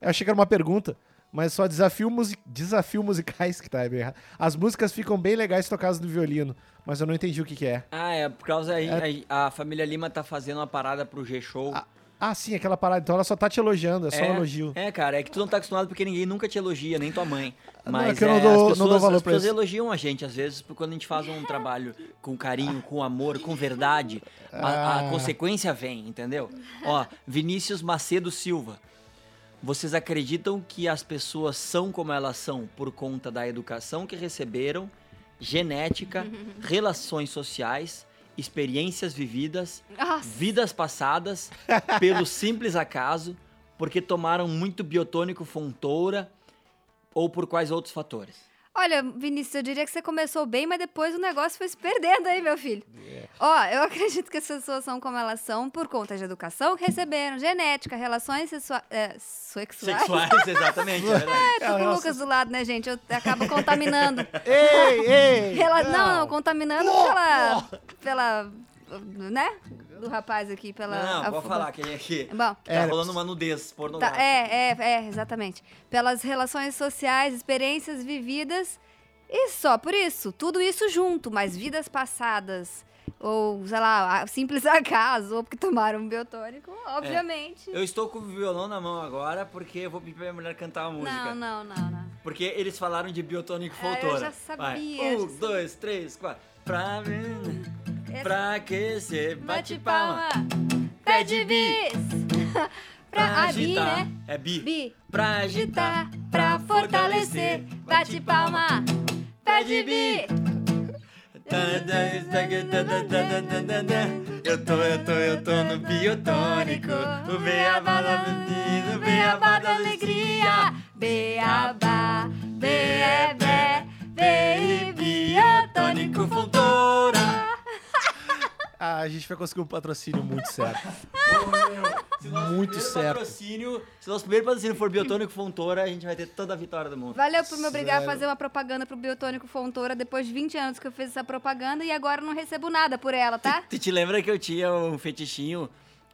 S2: Eu achei que era uma pergunta, mas só desafio, musi... desafio musicais que tá bem errado. As músicas ficam bem legais tocadas no violino, mas eu não entendi o que que é.
S1: Ah, é por causa aí. A, a família Lima tá fazendo uma parada pro G-Show.
S2: Ah, ah, sim, aquela parada. Então ela só tá te elogiando, é só um elogio.
S1: É, cara, é que tu não tá acostumado porque ninguém nunca te elogia, nem tua mãe.
S2: Não,
S1: Mas
S2: é que eu não
S1: é,
S2: dou-
S1: as
S2: não
S1: pessoas,
S2: dou valor
S1: as
S2: pra
S1: pessoas
S2: isso.
S1: elogiam a gente, às vezes, por quando a gente faz um trabalho com carinho, com amor, com verdade, a, a
S2: Ah.
S1: consequência vem, entendeu? Ó, Vinícius Macedo Silva. Vocês acreditam que as pessoas são como elas são por conta da educação que receberam, genética, relações sociais, experiências vividas,
S3: Nossa.
S1: vidas passadas, pelo simples acaso, porque tomaram muito biotônico fontoura ou por quais outros fatores?
S3: Olha, Vinícius, eu diria que você começou bem, mas depois o negócio foi se perdendo aí, meu filho.
S1: É.
S3: Ó, eu acredito que as pessoas são como elas são por conta de educação que receberam, genética, relações sexua- é, sexuais.
S1: Sexuais, exatamente. é verdade.
S3: É, tô com o Lucas do lado, né, gente? Eu acabo contaminando.
S2: Ei, ei!
S3: Rela- Não, não, contaminando pela. pela. né? Do rapaz aqui, pela.
S1: Não,
S3: a-
S1: pode falar que ele aqui.
S3: Bom.
S1: Tá
S2: Era-
S1: rolando uma nudez
S3: Tá,
S1: pornográfica.
S3: é, é, é, exatamente. Pelas relações sociais, experiências vividas. E só por isso, tudo isso junto, mas vidas passadas, ou, sei lá, a- simples acaso, ou porque tomaram um biotônico, obviamente.
S1: Eu estou com o violão na mão agora porque eu vou pedir pra minha mulher cantar uma música.
S3: Não, não, não, não.
S1: Porque eles falaram de biotônico
S3: Ah, eu
S1: fontoura. Vai.
S3: já sabia, eu
S1: Um,
S3: já sabia.
S1: dois, três, quatro. Pra mim, pra que se bate
S3: Bate
S1: palma.
S3: palma,
S1: Pede
S3: pede bis. pra abrir,
S1: agitar.
S3: né?
S1: É bi.
S3: Bi.
S1: Pra
S3: Agitar pra fortalecer. Bate palma. Pede bi.
S1: Eu tô, eu tô, eu tô no biotônico. O beabá da menina, o beabá da alegria.
S3: Beabá, beebé, baby, biotônico
S1: Biotônico Fontoura.
S2: Ah, a gente vai conseguir um patrocínio muito certo.
S1: Se nosso
S2: Muito
S1: primeiro
S2: certo.
S1: patrocínio- Se nosso primeiro patrocínio for biotônico Fontoura, a gente vai ter toda a vitória do mundo.
S3: Valeu por me obrigar
S2: Sério.
S3: a fazer uma propaganda pro Biotônico Fontoura depois de 20 anos que eu fiz essa propaganda e agora eu não recebo nada por ela, tá?
S1: Tu te lembra que eu tinha um fetichinho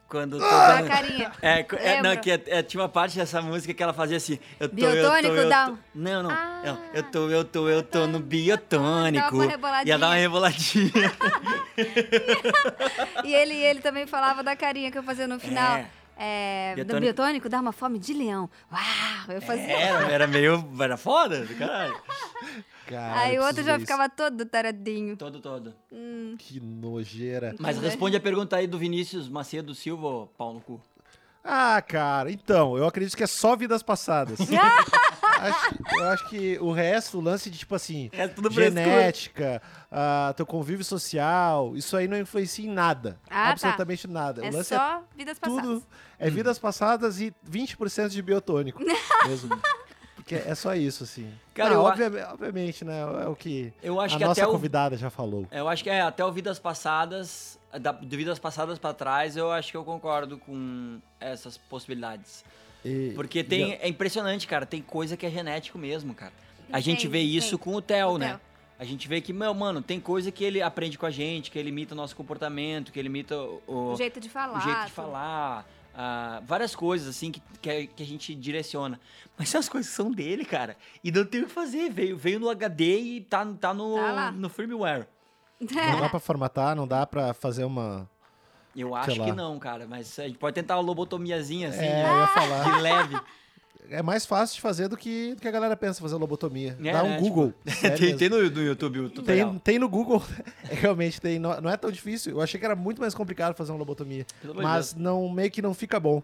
S1: quando.
S3: Da
S1: toda-
S3: carinha.
S1: É, co- é, não,
S3: Lembra?
S1: que é- é, tinha uma parte dessa música que ela fazia assim. Eu tô, eu
S3: Biotônico,
S1: tô, eu
S3: dá
S1: tô-
S3: um-
S1: Não, não.
S3: Ah.
S1: Não, eu tô, eu tô, eu tô no biotônico.
S3: Dava uma reboladinha.
S1: Ia dar uma reboladinha.
S3: E ele, ele também falava da carinha que eu fazia no final.
S1: É.
S3: É,
S1: Biotônico. É,
S3: Do biotônico dá uma fome de leão. Uau! Eu fazia.
S1: era, era meio. Era foda, do caralho.
S2: Cara,
S3: Aí
S2: eu
S3: o outro
S2: preciso
S3: já
S2: ver isso.
S3: ficava todo taradinho.
S1: Todo, todo.
S2: Que nojeira.
S1: Mas
S3: Né?
S1: responde a pergunta aí do Vinícius Macedo Silva, ô, pau no cu.
S2: Ah, cara, então, eu acredito que é só vidas passadas.
S3: Ah!
S2: Acho- eu acho que o resto, o lance de tipo assim,
S1: É tudo frescura.
S2: genética, ah, teu convívio social, isso aí não influencia em nada.
S3: Ah, tá.
S2: absolutamente nada.
S3: É
S2: o lance é
S3: só vidas passadas.
S2: tudo. É vidas passadas e 20% de biotônico. mesmo. Porque é só isso, assim.
S1: Cara,
S2: Não,
S1: eu a-
S2: obvia- obviamente, né? É o que
S1: Eu acho
S2: a
S1: que
S2: nossa
S1: até o.
S2: convidada já falou.
S1: Eu acho que é, até o Vidas Passadas, da, de Vidas Passadas pra trás, eu acho que eu concordo com essas possibilidades.
S2: E-
S1: Porque tem, é impressionante, cara, tem coisa que é genético mesmo, cara. A gente
S3: Tem,
S1: vê isso
S3: tem.
S1: com o Theo,
S3: O
S1: né?
S3: Theo.
S1: A gente vê que, meu, mano, tem coisa que ele aprende com a gente, que ele imita o nosso comportamento, que ele imita o,
S3: O jeito de falar.
S1: o jeito de
S3: tudo.
S1: falar, ah, várias coisas, assim, que, que, a, que a gente direciona. Mas são as coisas que são dele, cara. E não tem o que fazer, veio, veio no HD e tá, tá, no,
S3: Tá lá.
S1: no firmware.
S2: Não dá pra formatar, não dá pra fazer uma.
S1: Eu acho
S2: lá.
S1: que não, cara, mas a gente pode tentar uma lobotomiazinha, assim,
S2: É,
S1: de-
S2: eu ia falar.
S1: de leve.
S2: É mais fácil de fazer do que, do que a galera pensa fazer lobotomia.
S1: É,
S2: Dá um
S1: né,
S2: Google. sério
S1: tem,
S2: mesmo.
S1: tem no, no YouTube o tutorial.
S2: tem, tem no Google. Realmente tem. Não, não é tão difícil. Eu achei que era muito mais complicado fazer uma lobotomia.
S1: Pelo amor de
S2: Mas não, meio que não fica bom.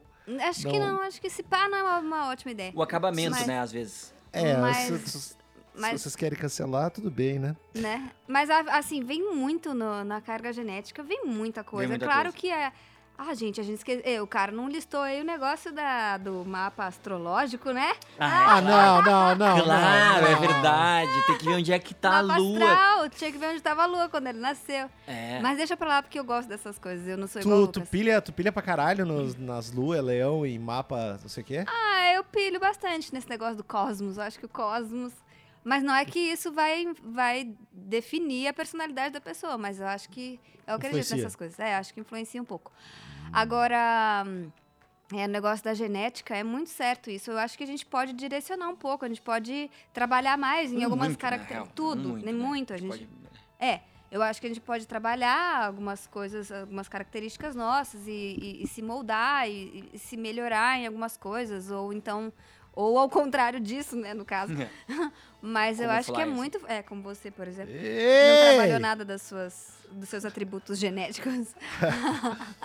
S3: Acho que
S2: Não.
S3: não, acho que esse pá não é uma, uma ótima ideia.
S1: O acabamento,
S3: Mas-
S1: né, às vezes.
S2: É,
S3: Mas-
S2: se, se- se
S3: mas-
S2: vocês querem cancelar, tudo bem, né?
S3: né? Mas a- assim, vem muito no- na carga genética, vem muita coisa.
S1: muita
S3: é claro
S1: coisa.
S3: que é. Ah, gente, a gente esqueceu. O cara não listou aí o negócio da, do mapa astrológico, né?
S2: Ah, não, não, não. não,
S1: Claro, é
S2: não.
S1: verdade. Tem que ver onde é que tá a
S3: mapa
S1: lua.
S3: astral. Tinha que ver onde tava a lua quando ele nasceu.
S1: É.
S3: Mas deixa pra lá, porque eu gosto dessas coisas. Eu não sou igual o
S2: Tu, tu,
S3: Lucas.
S2: pilha, tu pilha pra caralho nos- nas luas, leão e mapa, não sei o quê?
S3: Ah, eu pilho bastante nesse negócio do cosmos. Eu acho que o cosmos. Mas não é que isso vai, vai definir a personalidade da pessoa, mas eu acho que. Eu acredito
S2: Influencia.
S3: nessas coisas. É, acho que influencia um pouco. Agora. hum, É, o negócio da genética é muito certo isso. Eu acho que a gente pode direcionar um pouco, a gente pode trabalhar mais em algumas
S1: Muito, na
S3: características.
S1: real.
S3: Tudo,
S1: Muito,
S3: né?
S1: né?
S3: muito. A gente
S1: pode-
S3: é, eu acho que a gente pode trabalhar algumas coisas, algumas características nossas e, e- e se moldar e, e se melhorar em algumas coisas, ou então. Ou ao contrário disso, né, no caso.
S1: É.
S3: Mas eu
S1: Como
S3: acho que é
S1: flies.
S3: muito. É, como você, por exemplo. Não trabalhou
S2: Ei!
S3: nada das suas, dos seus atributos genéticos.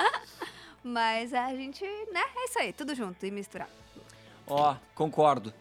S3: Mas a gente, né? É isso aí, tudo junto e misturado.
S1: Ó, concordo.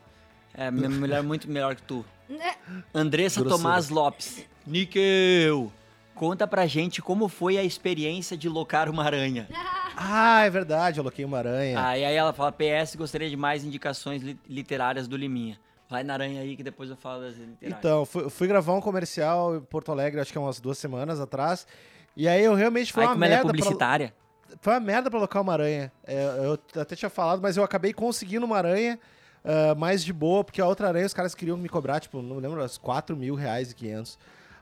S1: É, minha mulher é muito melhor que tu.
S3: É.
S1: Andressa
S2: Grosseira.
S1: Tomás Lopes. Níquel! Conta pra gente como foi a experiência de locar uma aranha.
S2: Ah, é verdade, eu loquei uma aranha.
S1: Aí, aí ela fala, PS, gostaria de mais indicações li- literárias do Liminha. Vai na aranha aí que depois eu falo das literárias.
S2: Então, fui, fui gravar um comercial em Porto Alegre, acho que há umas duas semanas atrás. E aí eu realmente foi
S1: aí
S2: uma
S1: como ela é
S2: merda. pra,
S1: publicitária,
S2: foi uma merda pra locar uma aranha. É, eu até tinha falado, mas eu acabei conseguindo uma aranha ah, mais de boa, porque a outra aranha os caras queriam me cobrar, tipo, não lembro, uns 4 mil reais e 500.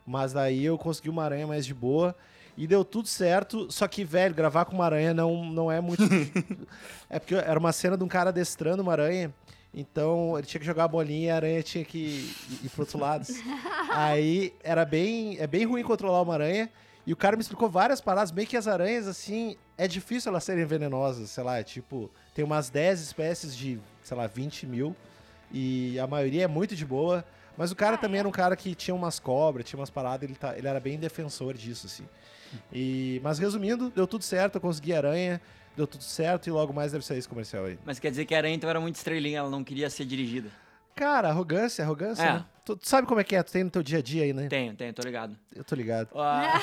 S2: Mas daí eu consegui uma aranha mais de boa. E deu tudo certo, só que, velho, gravar com uma aranha não, não é muito. é porque era uma cena de um cara adestrando uma aranha. Então ele tinha que jogar a bolinha e a aranha tinha que ir, ir pro outro lado. Aí era bem. É bem ruim controlar uma aranha. E o cara me explicou várias paradas, meio que as aranhas, assim, é difícil elas serem venenosas, sei lá, é tipo, tem umas 10 espécies de, sei lá, 20 mil. E a maioria é muito de boa. Mas o cara
S3: Ah,
S2: também era um cara que tinha umas cobras, tinha umas paradas, ele, tá, ele era bem defensor disso, assim. E, mas resumindo, deu tudo certo, eu consegui a aranha. deu tudo certo e logo mais deve sair esse comercial aí.
S1: Mas quer dizer que a Aranha então era muito estrelinha, ela não queria ser dirigida.
S2: Cara, arrogância, arrogância,
S1: É.
S2: né? Tu, tu sabe como é que é, tu tem no teu dia a dia aí, né?
S1: Tenho, tenho, tô ligado.
S2: Eu tô ligado.
S1: Ah,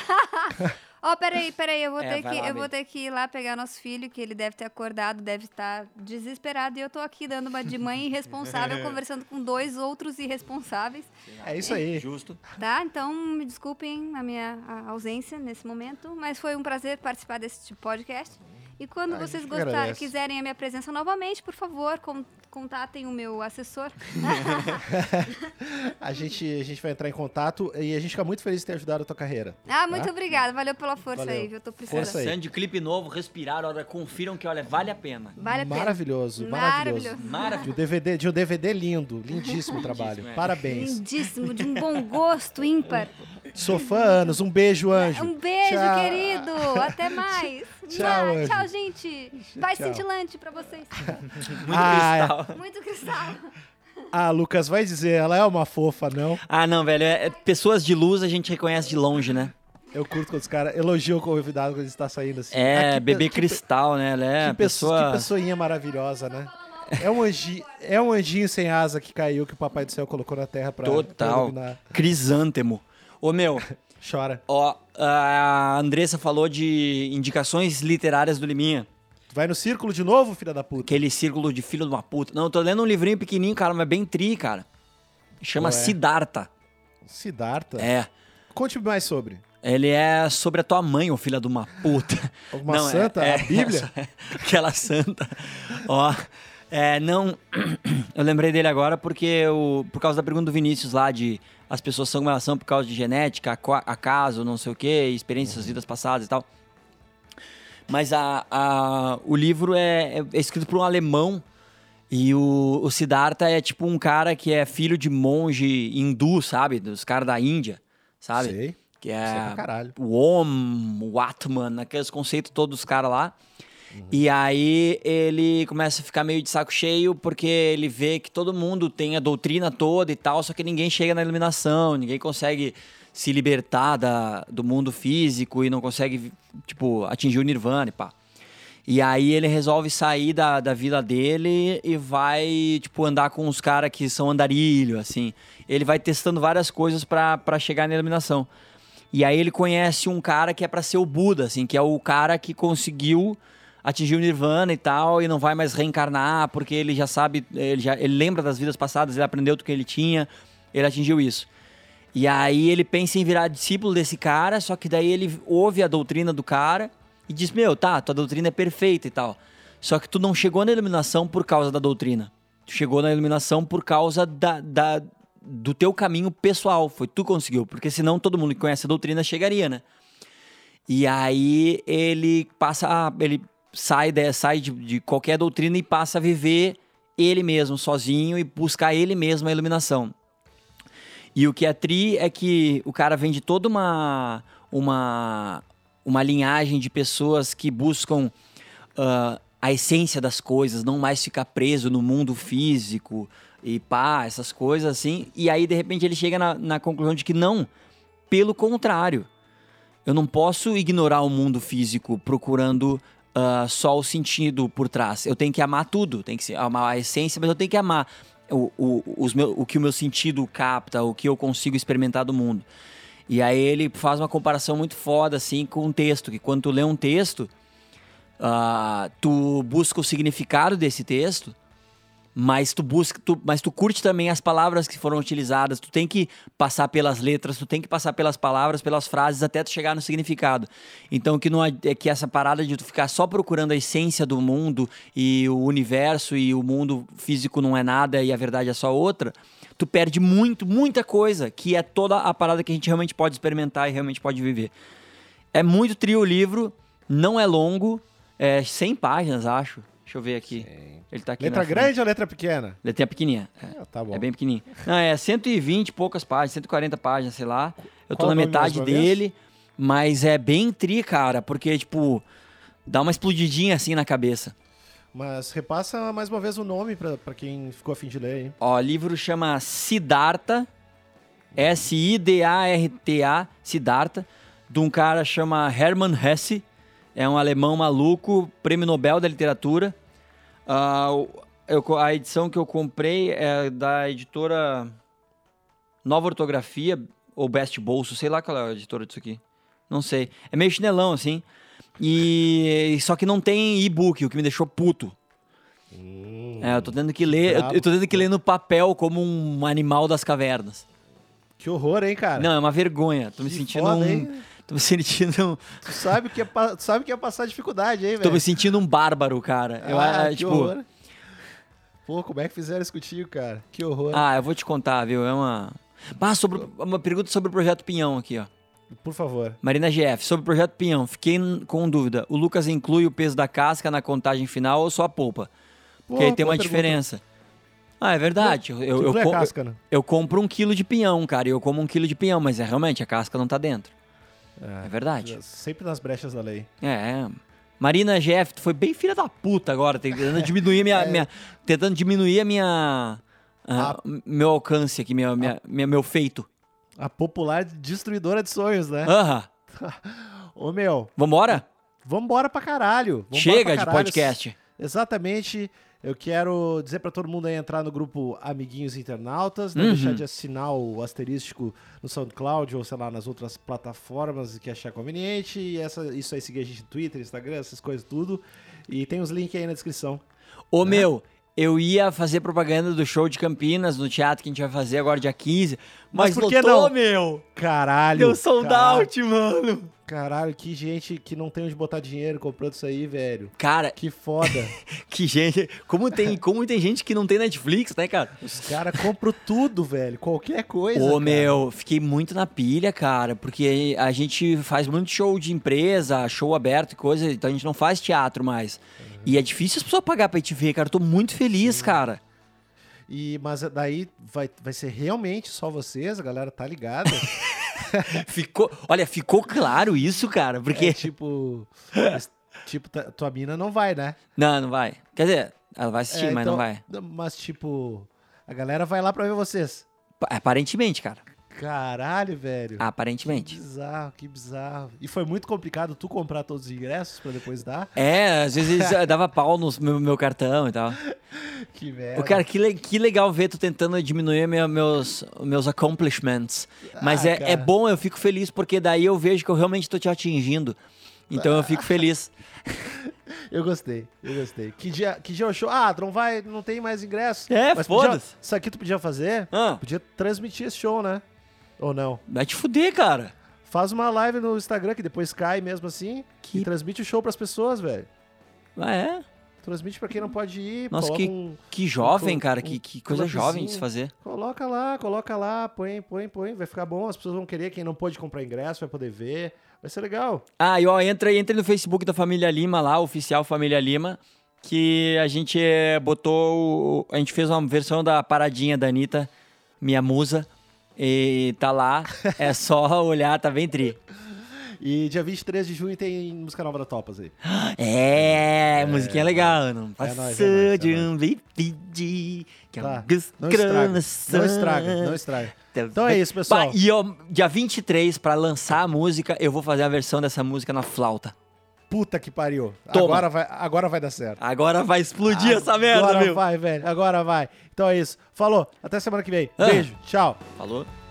S3: Ó, peraí, peraí, eu vou,
S1: É,
S3: ter
S1: vai
S3: que,
S1: lá,
S3: eu vou
S1: Bi.
S3: ter que ir lá pegar nosso filho, que ele deve ter acordado, deve estar desesperado, e eu tô aqui dando uma de mãe irresponsável, conversando com dois outros irresponsáveis,
S2: É isso aí.
S1: justo.
S3: tá? Então, me desculpem a minha a- ausência nesse momento, mas foi um prazer participar desse tipo de podcast. E quando
S2: A gente
S3: vocês
S2: que
S3: gostarem,
S2: agradece.
S3: quiserem a minha presença novamente, por favor, con- contatem o meu assessor.
S2: A gente, a gente vai entrar em contato e a gente fica muito feliz de ter ajudado a tua carreira.
S3: Ah, muito
S2: Tá?
S3: obrigada, valeu pela força
S2: Valeu.
S3: aí, viu? Tô precisando.
S2: Força É aí.
S1: Sandy, clipe novo, respirar, olha, confiram que, olha, vale a pena.
S3: Vale a pena.
S2: maravilhoso, maravilhoso.
S3: Maravilhoso.
S1: Maravilhoso.
S2: De um DVD, de um DVD lindo, lindíssimo trabalho.
S1: é.
S2: Parabéns.
S3: Lindíssimo, de um bom gosto ímpar.
S2: Sou fã anos, um beijo, anjo.
S3: Um beijo,
S2: Tchau.
S3: querido. Até mais.
S2: Tchau,
S3: Mua,
S2: anjo.
S3: tchau gente. Paz
S2: Tchau.
S3: cintilante pra vocês.
S1: Muito
S2: Ah,
S1: cristal.
S3: Muito cristal.
S2: Ah, Lucas, vai dizer, ela é uma fofa, não?
S1: Ah, não, velho. é- é- pessoas de luz a gente reconhece de longe, né?
S2: Eu curto quando os caras elogiam o convidado quando ele está saindo assim.
S1: É,
S2: Ah, que pe-
S1: bebê
S2: que pe-
S1: cristal, né? Ela é
S2: Que, pessoa...
S1: pessoa.
S2: que pessoinha maravilhosa, né? É um, anji... é um anjinho sem asa que caiu, que o Papai do Céu colocou na terra pra, pra
S1: Total.
S2: iluminar.
S1: Crisântemo. Ô, meu,
S2: Chora.
S1: ó, a Andressa falou de indicações literárias do Liminha.
S2: Tu vai no círculo de novo, filha da puta?
S1: Aquele círculo de filho de uma puta. Não, eu tô lendo um livrinho pequenininho, cara, mas bem tri, cara. Chama
S2: Qual é? Tá.
S1: Siddhartha.
S2: Siddhartha?
S1: É.
S2: Conte mais sobre.
S1: Ele é sobre a tua mãe, ô filha de uma puta.
S2: Alguma
S1: é-
S2: santa?
S1: é-
S2: A Bíblia?
S1: Aquela santa. Ó, é, não... Eu lembrei dele agora porque eu, por causa da pergunta do Vinícius lá de as pessoas são como elas são por causa de genética, aqua- acaso, não sei o quê,
S2: Uhum.
S1: experiências, vidas passadas e tal. Mas a, a- o livro é, é escrito por um alemão e o, o Siddhartha é tipo um cara que é filho de monge hindu, sabe? Dos caras da Índia, sabe?
S2: Sei.
S1: Que é
S2: Sei pra caralho.
S1: o Om, o Atman, aqueles conceitos todos dos caras lá.
S2: Uhum.
S1: E aí ele começa a ficar meio de saco cheio porque ele vê que todo mundo tem a doutrina toda e tal, só que ninguém chega na iluminação, ninguém consegue se libertar da, do mundo físico e não consegue, tipo, atingir o nirvana e pá. E aí ele resolve sair da, da vila dele e vai, tipo, andar com os caras que são andarilho, assim. Ele vai testando várias coisas pra pra chegar na iluminação. E aí ele conhece um cara que é pra ser o Buda, assim, que é o cara que conseguiu atingir o Nirvana e tal, e não vai mais reencarnar, porque ele já sabe, ele já ele lembra das vidas passadas, ele aprendeu tudo que ele tinha, ele atingiu isso. E aí ele pensa em virar discípulo desse cara, só que daí ele ouve a doutrina do cara e diz: Meu, tá, tua doutrina é perfeita e tal. Só que tu não chegou na iluminação por causa da doutrina. Tu chegou na iluminação por causa da, da- do teu caminho pessoal. Foi tu que conseguiu. Porque senão todo mundo que conhece a doutrina chegaria, né? E aí ele passa. a- Ele sai, de, sai de, de qualquer doutrina e passa a viver ele mesmo, sozinho, e buscar ele mesmo a iluminação. E o que é tri é que o cara vem de toda uma, uma, uma linhagem de pessoas que buscam ah, a essência das coisas, não mais ficar preso no mundo físico e pá, essas coisas assim. E aí, de repente, ele chega na, na conclusão de que não, pelo contrário. Eu não posso ignorar o mundo físico procurando ah, só o sentido por trás. Eu tenho que amar tudo, tem que ser- amar a essência, mas eu tenho que amar o, o, os meu, o que o meu sentido capta, o que eu consigo experimentar do mundo. E aí ele faz uma comparação muito foda assim com um texto, que quando tu lê um texto, ah, tu busca o significado desse texto, mas tu busca, tu- mas tu curte também as palavras que foram utilizadas. Tu tem que passar pelas letras, tu tem que passar pelas palavras, pelas frases até tu chegar no significado. Então que não ad- é que essa parada de tu ficar só procurando a essência do mundo e o universo e o mundo físico não é nada e a verdade é só outra, tu perde muito, muita coisa, que é toda a parada que a gente realmente pode experimentar e realmente pode viver. É muito trio o livro, não é longo, é 100 páginas, acho. Deixa eu ver aqui. Ele tá aqui
S2: Letra
S1: na frente.
S2: grande ou letra pequena?
S1: Letrinha pequenininha. É,
S2: Ah, tá bom.
S1: é bem pequenininha. Não, é 120 e poucas páginas, 140 páginas, sei lá. Eu tô
S2: Qual é
S1: na
S2: o nome
S1: metade
S2: mais uma vez?
S1: dele, mas é bem tri, cara, porque, tipo, dá uma explodidinha assim na cabeça.
S2: Mas repassa mais uma vez o nome pra, pra quem ficou a fim de ler, hein?
S1: Ó, o livro chama Siddhartha, S-I-D-A-R-T-A, Siddhartha, de um cara chama Hermann Hesse. É um alemão maluco, prêmio Nobel da literatura. Ah, o- eu co- a edição que eu comprei é da editora Nova Ortografia, ou Best Bolso, sei lá qual é a editora disso aqui. Não sei. É meio chinelão, assim. E só que não tem e-book, o que me deixou puto. É, eu tô tendo que ler, eu,
S2: brabo.
S1: eu tô tendo que ler no papel como um animal das cavernas.
S2: Que horror, hein, cara?
S1: Não, é uma vergonha. Tô me
S2: Que
S1: sentindo
S2: foda,
S1: um,
S2: hein?
S1: tô me sentindo um,
S2: Tu sabe o que é, pa- tu sabe o que é passar dificuldade, hein,
S1: tô me
S2: velho?
S1: sentindo um bárbaro, cara. Eu ah,
S2: É. que
S1: tipo,
S2: horror. Pô, como é que fizeram isso contigo, cara? Que horror.
S1: ah, eu vou te contar, viu? É uma Ah, sobre uma pergunta sobre o projeto Pinhão aqui, ó.
S2: Por favor.
S1: Marina GF, sobre o projeto Pinhão, fiquei n- com dúvida. O Lucas inclui o peso da casca na contagem final ou só a polpa? Porque
S2: Boa-
S1: aí tem
S2: boa
S1: uma
S2: pergunta.
S1: diferença. Ah, é verdade. Eu, eu,
S2: Tu é
S1: co-
S2: casca, né?
S1: eu compro um quilo de pinhão, cara, e eu como um quilo de pinhão, mas é realmente a casca não tá dentro. É, verdade.
S2: Sempre nas brechas da lei.
S1: É. é. Marina GF, tu foi bem filha da puta agora, tentando diminuir a minha, minha- tentando diminuir a minha É. a-
S2: A-
S1: meu alcance aqui, minha, minha- minha- meu feito.
S2: A popular destruidora de sonhos, né?
S1: Aham.
S2: Ô, meu,
S1: Vambora?
S2: vambora pra caralho. Vambora pra
S1: Chega de
S2: caralho.
S1: podcast.
S2: Exatamente. Eu quero dizer pra todo mundo aí entrar no grupo Amiguinhos Internautas, não
S1: Uhum.
S2: deixar de assinar o asterístico no SoundCloud ou sei lá nas outras plataformas que achar conveniente. E essa, isso aí seguir a gente no Twitter, Instagram, essas coisas tudo. E tem os links aí na descrição.
S1: Ô meu, eu ia fazer propaganda do show de Campinas no teatro que a gente vai fazer agora dia 15, mas,
S2: Mas por que
S1: lotou,
S2: não?
S1: meu.
S2: Caralho!
S1: Deu sold
S2: caralho,
S1: out, mano.
S2: Caralho, que gente que não tem onde botar dinheiro comprando isso aí, velho.
S1: Cara,
S2: Que foda.
S1: que gente, como tem, como tem gente que não tem Netflix, né, cara?
S2: Os caras compram tudo, velho. Qualquer coisa.
S1: Ô,
S2: cara.
S1: meu, fiquei muito na pilha, cara, porque a gente faz muito show de empresa, show aberto e coisa, então a gente não faz teatro mais.
S2: Uhum.
S1: E é difícil as pessoas pagar pra te ver, cara. Eu tô muito feliz, cara.
S2: E, mas daí vai, vai ser realmente só vocês, a galera tá ligada.
S1: Ficou, olha, ficou claro isso, cara, porque.
S2: É, tipo. mas, tipo, tá- tua mina não vai, né?
S1: Não, não vai. Quer dizer, ela vai assistir,
S2: É,
S1: mas
S2: então-
S1: não vai.
S2: Mas, tipo, a galera vai lá pra ver vocês.
S1: Pa- Aparentemente, cara.
S2: Caralho, velho.
S1: Ah,
S2: Que
S1: Aparentemente.
S2: bizarro, que bizarro. E foi muito complicado tu comprar todos os ingressos pra depois dar?
S1: É, às vezes eh, dava pau no meu, meu cartão e tal.
S2: Que merda.
S1: Ô, cara, que, le- que legal ver tu tentando diminuir minha- meus, meus accomplishments. Mas
S2: Ah,
S1: é, é
S2: cara.
S1: bom, eu fico feliz, porque daí eu vejo que eu realmente tô te atingindo. Então eu fico feliz.
S2: Eu gostei, eu gostei. Que dia, que dia é o show? Ah, não vai, não tem mais ingressos.
S1: É,
S2: Mas podia-
S1: foda-se.
S2: Isso aqui tu podia fazer?
S1: Ah,
S2: Podia transmitir esse show, né? Ou não?
S1: vai te fuder, cara.
S2: Faz uma live no Instagram, que depois cai mesmo assim,
S1: Que-
S2: e transmite o show pras pessoas, velho.
S1: Ah, é?
S2: Transmite pra quem não pode ir,
S1: Nossa,
S2: coloca,
S1: que-
S2: um-
S1: Que jovem,
S2: Um co-
S1: cara.
S2: um
S1: Que, que coisa
S2: colapzinho.
S1: jovem de se fazer.
S2: coloca lá, coloca lá, põe, põe, põe, vai ficar bom, as pessoas vão querer, quem não pôde comprar ingresso vai poder ver, vai ser legal.
S1: Ah, e ó, entra, entra no Facebook da Família Lima lá, oficial Família Lima, que a gente eh, botou. o- A gente fez uma versão da paradinha da Anitta, minha musa. E tá lá, é só olhar, tá bem tri.
S2: E dia 23 de junho tem música nova da Topas aí.
S1: Ah, É, musiquinha legal, não
S2: nóis, é
S1: passa
S2: nóis, é
S1: de
S2: nóis.
S1: um bipidi, que Tá é um
S2: Tá, não estraga, não estraga, não estraga. Então é isso, pessoal.
S1: e ó, dia 23, pra lançar a música, eu vou fazer a versão dessa música na flauta.
S2: Puta que pariu,
S1: Toma.
S2: agora vai, agora vai dar certo.
S1: Agora vai explodir essa merda,
S2: Agora
S1: meu.
S2: vai, velho, agora vai. Então é isso, falou, até semana que vem,
S1: Ah.
S2: beijo, tchau.
S1: Falou.